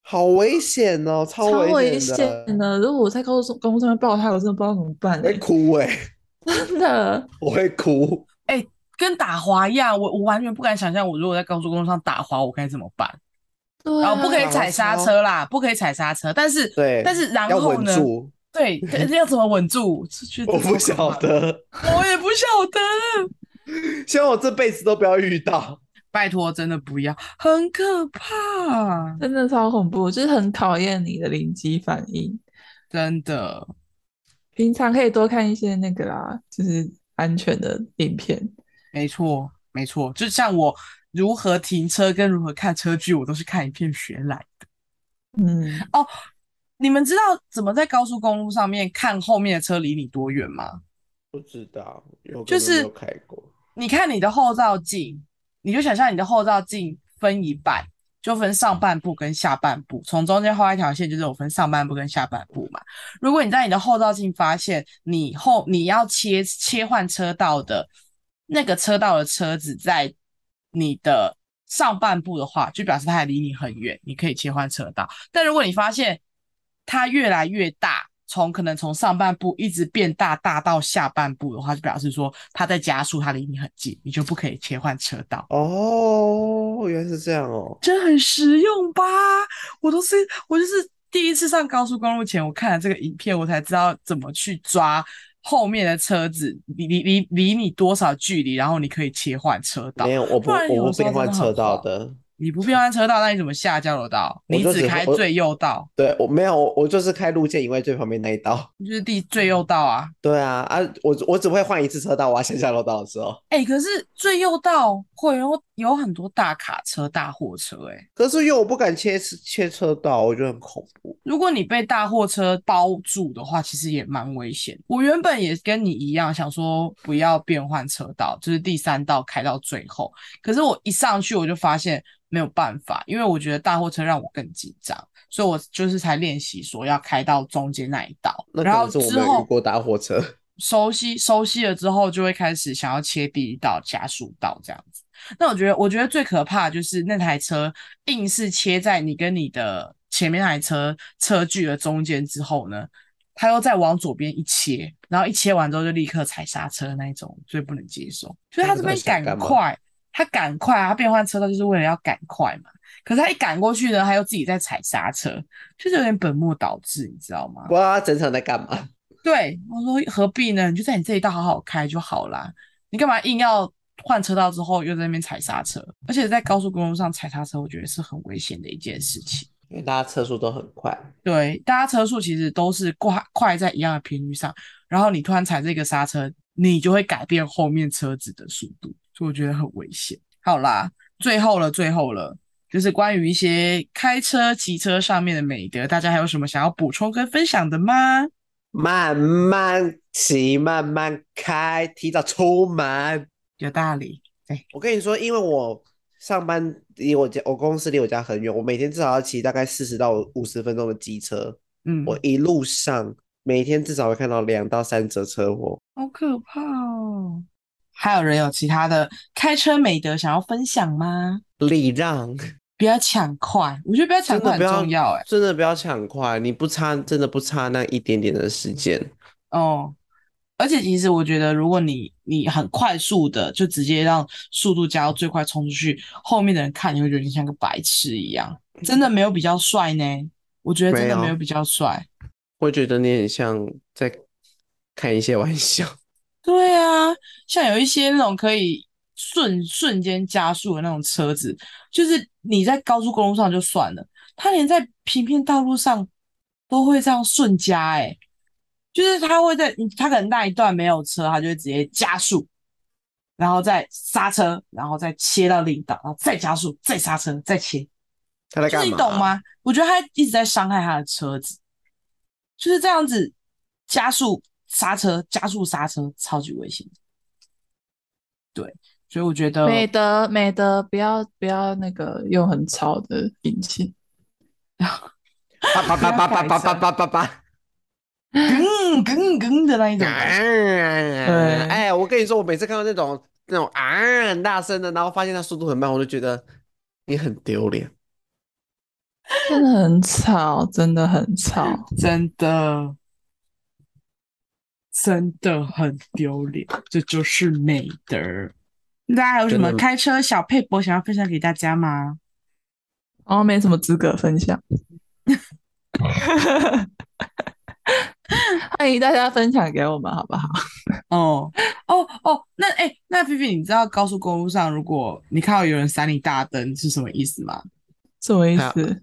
[SPEAKER 2] 好危险哦，超
[SPEAKER 3] 超
[SPEAKER 2] 危
[SPEAKER 3] 危
[SPEAKER 2] 险的，
[SPEAKER 3] 险的。如果我在高速公路上面爆胎，我真的不知道怎么办
[SPEAKER 2] 我
[SPEAKER 3] 诶、
[SPEAKER 2] 会哭哎、
[SPEAKER 3] 真的。
[SPEAKER 2] 我会哭。
[SPEAKER 1] 跟打滑一样，我我完全不敢想象，我如果在高速公路上打滑，我该怎么办？
[SPEAKER 3] 对
[SPEAKER 1] 哦，不可以
[SPEAKER 3] 啊
[SPEAKER 1] 踩刹车啦，不可以踩刹车。但是，
[SPEAKER 2] 对
[SPEAKER 1] 但是然
[SPEAKER 2] 要
[SPEAKER 1] 后
[SPEAKER 2] 稳
[SPEAKER 1] 呢？
[SPEAKER 2] 住，
[SPEAKER 1] 对，对要怎么稳住？是觉得
[SPEAKER 2] 我不
[SPEAKER 1] 超可
[SPEAKER 2] 晓
[SPEAKER 1] 怕的，
[SPEAKER 2] 得，
[SPEAKER 1] 我也不晓得。
[SPEAKER 2] 希望我这辈子都不要遇到。
[SPEAKER 1] 拜托，真的不要，很可怕，
[SPEAKER 3] 真的超恐怖，就是很考验你的灵机反应。
[SPEAKER 1] 真的。
[SPEAKER 3] 平常可以多看一些那个啦，就是安全的影片。
[SPEAKER 1] 没错，没错，就像我如何停车跟如何看车距，我都是看影片学来。
[SPEAKER 3] 嗯，
[SPEAKER 1] 你们知道怎么在高速公路上面看后面的车离你多远吗？
[SPEAKER 2] 不知道，有
[SPEAKER 1] 就
[SPEAKER 2] 可能没
[SPEAKER 1] 是
[SPEAKER 2] 有开过。
[SPEAKER 1] 你看你的后照镜，你就想象你的后照镜分一半，就分上半部跟下半部，从中间画一条线，就是有分上半部跟下半部嘛。如果你在你的后照镜发现你后你要切切换车道的那个车道的车子在你的上半部的话，就表示它还离你很远，你可以切换车道。但如果你发现它越来越大，从可能从上半部一直变大，大到下半部的话，就表示说它在加速，它离你很近，你就不可以切换车道。
[SPEAKER 2] 哦，原来是这样哦。
[SPEAKER 1] 这很实用吧？我都是我就是第一次上高速公路前，我看了这个影片，我才知道怎么去抓后面的车子离离离离你多少距离，然后你可以切换车道
[SPEAKER 2] 没。有，我
[SPEAKER 1] 不
[SPEAKER 2] 不，
[SPEAKER 1] 然有
[SPEAKER 2] 我不
[SPEAKER 1] 时候
[SPEAKER 2] 变换
[SPEAKER 1] 真的很
[SPEAKER 2] 车道
[SPEAKER 1] 晃
[SPEAKER 2] 的。
[SPEAKER 1] 你不变换车道，那你怎么下交流道？
[SPEAKER 2] 我
[SPEAKER 1] 你
[SPEAKER 2] 就只
[SPEAKER 1] 开
[SPEAKER 2] 我
[SPEAKER 1] 最右道，
[SPEAKER 2] 对，我没有，我我就是开路线以外最旁边那一道。
[SPEAKER 1] 就是第最右道啊。
[SPEAKER 2] 对啊，啊，我我只会换一次车道，我要先下楼道的时候。
[SPEAKER 1] 哎、可是最右道会有有很多大卡车、大货车、欸，
[SPEAKER 2] 可是因为我不敢切切车道，我觉得很恐怖。
[SPEAKER 1] 如果你被大货车包住的话，其实也蛮危险。我原本也跟你一样，想说不要变换车道，就是第三道开到最后。可是我一上去，我就发现没有办法，因为我觉得大货车让我更紧张，所以我就是才练习说要开到中间那一道。
[SPEAKER 2] 那可
[SPEAKER 1] 然后
[SPEAKER 2] 能是我
[SPEAKER 1] 之
[SPEAKER 2] 没有遇
[SPEAKER 1] 后
[SPEAKER 2] 过搭火 车。
[SPEAKER 1] 熟悉熟悉了之后，就会开始想要切第一道加速道这样子。那我觉得，我觉得最可怕的就是那台车硬是切在你跟你的前面那台车车距的中间之后呢，它又再往左边一切，然后一切完之后就立刻踩刹车那一种，最不能接受。所以他这边赶
[SPEAKER 2] 那个到底想干嘛
[SPEAKER 1] 快，他赶快啊，他变换车道就是为了要赶快嘛。可是他一赶过去呢，他又自己在踩刹车，就是有点本末倒置，你知道吗？
[SPEAKER 2] 不知道他整场在干嘛。
[SPEAKER 1] 对，我说何必呢？你就在你这一道好好开就好啦，你干嘛硬要换车道之后又在那边踩刹车？而且在高速公路上踩刹车，我觉得是很危险的一件事情。
[SPEAKER 2] 因为大家车速都很快，
[SPEAKER 1] 对，大家车速其实都是快快在一样的频率上，然后你突然踩这个刹车，你就会改变后面车子的速度，所以我觉得很危险。好啦，最后了，最后了，就是关于一些开车、骑车上面的美德，大家还有什么想要补充跟分享的吗？
[SPEAKER 2] 慢慢骑，慢慢开，提早出门。
[SPEAKER 1] 有大理。
[SPEAKER 2] 我跟你说，因为我上班离我家，我公司离我家很远，我每天至少要骑大概四十到五十分钟的机车。
[SPEAKER 1] 嗯，
[SPEAKER 2] 我一路上每天至少会看到两到三则车祸。
[SPEAKER 1] 好可怕哦！还有人有其他的开车美德想要分享吗？
[SPEAKER 2] 礼 让，
[SPEAKER 1] 不要抢快，我觉得不要抢
[SPEAKER 2] 真
[SPEAKER 1] 快
[SPEAKER 2] 的
[SPEAKER 1] 很
[SPEAKER 2] 不要
[SPEAKER 1] 重要哎。
[SPEAKER 2] 真的不要抢快，你不差，真的不差那一点点的时间。
[SPEAKER 1] 哦，而且其实我觉得，如果你你很快速的就直接让速度加到最快冲出去，后面的人看你会觉得你像个白痴一样，真的没有比较帅呢。我觉得真的
[SPEAKER 2] 没有
[SPEAKER 1] 没有比较帅。
[SPEAKER 2] 会觉得你很像在开一些玩笑。
[SPEAKER 1] 对啊，像有一些那种可以瞬瞬间加速的那种车子，就是你在高速公路上就算了，它连在平面道路上都会这样瞬加、欸，哎，就是它会在它可能那一段没有车，它就会直接加速，然后再刹车，然后再切到另一档，然后再加速，再刹车，再切，
[SPEAKER 2] 他在
[SPEAKER 1] 就
[SPEAKER 2] 干
[SPEAKER 1] 是
[SPEAKER 2] 嘛？
[SPEAKER 1] 你懂？吗？我觉得他一直在伤害他的车子，就是这样子加速刹车，加速刹车，超级危险的。对，所以我觉得
[SPEAKER 3] 美德，美德，不要不要那个用很吵的引擎，
[SPEAKER 2] 叭叭叭叭叭叭叭叭 叭叭！
[SPEAKER 1] 嗯梗梗的那一种感觉，
[SPEAKER 2] 哎，哎，我跟你说，我每次看到那种那种啊很大声的，然后发现它速度很慢，我就觉得你很丢脸。
[SPEAKER 3] 真的很吵，真的很吵。
[SPEAKER 1] 真的真的很丢脸，这就是美德。大家还有什么
[SPEAKER 2] 真的
[SPEAKER 1] 开车小佩博想要分享给大家吗？
[SPEAKER 3] 然后没什么资格分享。嗯 欢迎大家分享给我们，好不好？
[SPEAKER 1] 哦哦哦，那哎、诶那菲菲，你知道高速公路上如果你看到有人闪你大灯是什么意思吗？
[SPEAKER 3] 什么意
[SPEAKER 2] 好
[SPEAKER 3] 思？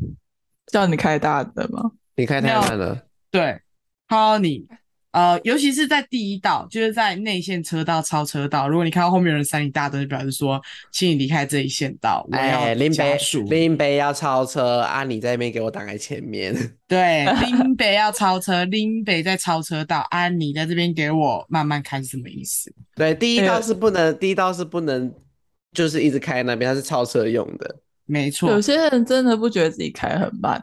[SPEAKER 3] 叫你开大的吗？
[SPEAKER 2] 你开太慢了，
[SPEAKER 1] 对，他要你呃，尤其是在第一道，就是在内线车道、超车道，如果你看到后面有人闪你大灯，就表示说，请你离开这一线道，我
[SPEAKER 2] 哎，
[SPEAKER 1] 要
[SPEAKER 2] 林
[SPEAKER 1] 加
[SPEAKER 2] 北
[SPEAKER 1] 速。
[SPEAKER 2] 林北要超车啊！你在那边给我挡在前面，
[SPEAKER 1] 对，林北要超车，林北在超车道，啊，你在这边给我慢慢开是什么意思？
[SPEAKER 2] 对，第一
[SPEAKER 3] 哎
[SPEAKER 2] 道
[SPEAKER 3] 呦
[SPEAKER 2] 是不能，第一道是不能，就是一直开那边，它是超车用的。
[SPEAKER 1] 没错，
[SPEAKER 3] 有些人真的不觉得自己开很慢，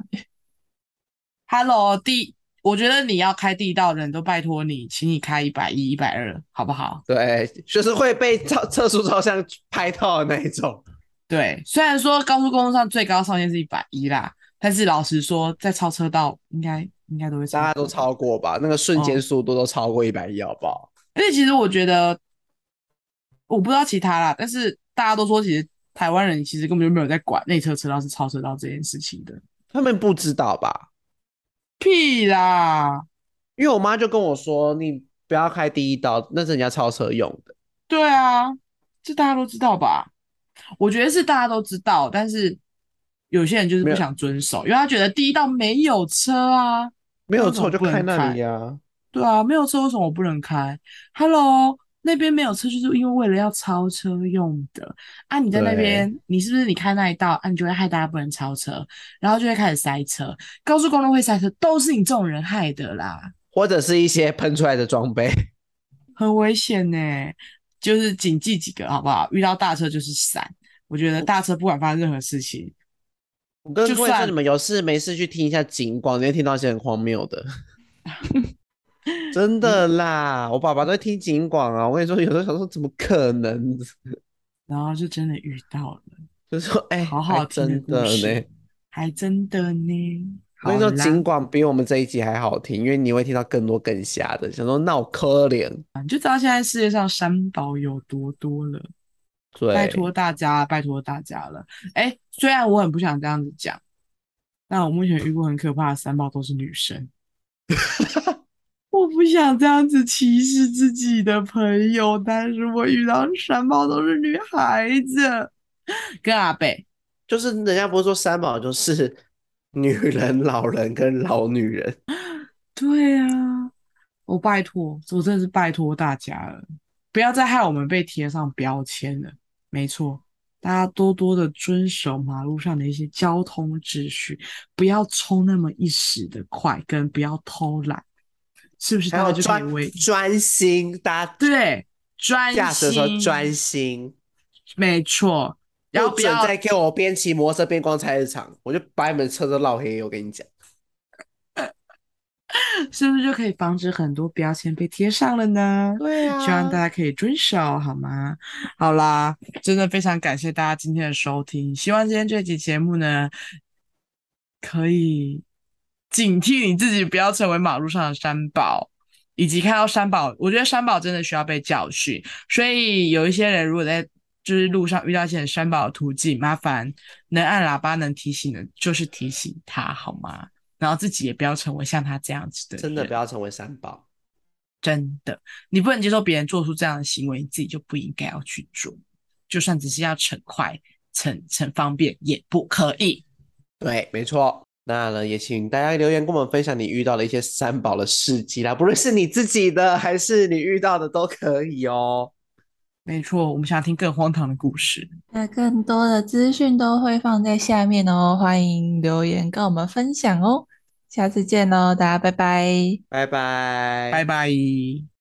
[SPEAKER 1] Hello，第，我觉得你要开第一道的人都拜托你，请你开一百一、一百二，好不好？
[SPEAKER 2] 对，就是会被照测速照相拍到的那一种。
[SPEAKER 1] 对，虽然说高速公路上最高上限是一百一啦，但是老实说，在超车道应该应该都会超过，
[SPEAKER 2] 大家都超过吧，那个瞬
[SPEAKER 1] 哦
[SPEAKER 2] 间速度都超过一百一，好不好？
[SPEAKER 1] 而且其实我觉得，我不知道其他啦，但是大家都说，其实台湾人其实根本就没有在管内车车道是超车道这件事情的，
[SPEAKER 2] 他们不知道吧？
[SPEAKER 1] 屁啦！
[SPEAKER 2] 因为我妈就跟我说，你不要开第一道，那是人家超车用的。
[SPEAKER 1] 对啊，这大家都知道吧？我觉得是大家都知道，但是有些人就是
[SPEAKER 2] 没
[SPEAKER 1] 不
[SPEAKER 2] 有
[SPEAKER 1] 想遵守，因为他觉得第一道没有车啊，那
[SPEAKER 2] 没有
[SPEAKER 1] 怎
[SPEAKER 2] 错
[SPEAKER 1] 么
[SPEAKER 2] 就
[SPEAKER 1] 不能
[SPEAKER 2] 开那
[SPEAKER 1] 开
[SPEAKER 2] 里啊。
[SPEAKER 1] 对啊，没有车为什么我不能开？Hello，那边没有车就是因为为了要超车用的啊！你在那
[SPEAKER 2] 对
[SPEAKER 1] 边，你是不是你开那一道啊？你就会害大家不能超车，然后就会开始塞车，高速公路会塞车，都是你这种人害的啦。
[SPEAKER 2] 或者是一些喷出来的装备，
[SPEAKER 1] 很危险呢、就是谨记几个好不好？遇到大车就是闪，我觉得大车不管发生任何事情，
[SPEAKER 2] 我跟
[SPEAKER 1] 就
[SPEAKER 2] 各位说，
[SPEAKER 1] 算
[SPEAKER 2] 你们有事没事去听一下警广，你会听到一些很荒谬 的，真的
[SPEAKER 1] 嗯
[SPEAKER 2] 啦！我爸爸都会听警广啊，我跟你说，有时候想说怎么可能，
[SPEAKER 1] 然后就真的遇到了，
[SPEAKER 2] 就说哎，
[SPEAKER 1] 好好
[SPEAKER 2] 还
[SPEAKER 1] 听的
[SPEAKER 2] 真
[SPEAKER 1] 故
[SPEAKER 2] 的
[SPEAKER 1] 事
[SPEAKER 2] 呢。
[SPEAKER 1] 还真的呢。
[SPEAKER 2] 我跟你说，
[SPEAKER 1] 好啦
[SPEAKER 2] 尽管比我们这一集还好听，因为你会听到更多更瞎的。想说闹可怜，
[SPEAKER 1] 你就知道现在世界上三宝有多多了，拜
[SPEAKER 2] 对，
[SPEAKER 1] 托大家，拜托大家了。哎、虽然我很不想这样子讲，但我目前遇过很可怕的三宝都是女生， 我不想这样子歧视自己的朋友，但是我遇到三宝都是女孩子，跟阿贝，
[SPEAKER 2] 就是人家不是说三宝就是 女人、老人跟老女人，
[SPEAKER 1] 对啊，我拜托，我真的是拜托大家了，不要再害我们被贴上标签了。没错，大家多多的遵守马路上的一些交通秩序，不要冲那么一时的快，跟不要偷懒，是不是？
[SPEAKER 2] 还
[SPEAKER 1] 大家
[SPEAKER 2] 有
[SPEAKER 1] 就可以
[SPEAKER 2] 专
[SPEAKER 1] 为
[SPEAKER 2] 专心，大家
[SPEAKER 1] 对专
[SPEAKER 2] 驾驶的时候
[SPEAKER 1] 心，
[SPEAKER 2] 专心，
[SPEAKER 1] 没错，然后
[SPEAKER 2] 不
[SPEAKER 1] 不
[SPEAKER 2] 准
[SPEAKER 1] 要
[SPEAKER 2] 再给我边骑摩托车边逛菜市场，我就把你们车都烙黑。我跟你讲，
[SPEAKER 1] 是不是就可以防止很多标签被贴上了呢？
[SPEAKER 2] 对
[SPEAKER 3] 啊
[SPEAKER 2] 啊
[SPEAKER 1] 希望大家可以遵守，好吗？好啦，真的非常感谢大家今天的收听，希望今天这期节目呢，可以警惕你自己，不要成为马路上的三宝。以及看到三宝，我觉得三宝真的需要被教训，所以有一些人如果在就是路上遇到一些三宝的途径，麻烦能按喇叭能提醒的，就是提醒他好吗？然后自己也不要成为像他这样子的人，
[SPEAKER 2] 真的不要成为三宝。
[SPEAKER 1] 真的，你不能接受别人做出这样的行为，你自己就不应该要去做。就算只是要逞快、逞逞方便，也不可以。
[SPEAKER 2] 对，没错。那呢，也请大家留言跟我们分享你遇到的一些三宝的事迹啦，不论是你自己的还是你遇到的都可以哦。
[SPEAKER 1] 没错，我们想要听更荒唐的故事。
[SPEAKER 3] 那更多的资讯都会放在下面哦，欢迎留言跟我们分哦享哦。下次见喽，大家拜拜。
[SPEAKER 2] 拜拜，
[SPEAKER 1] 拜拜。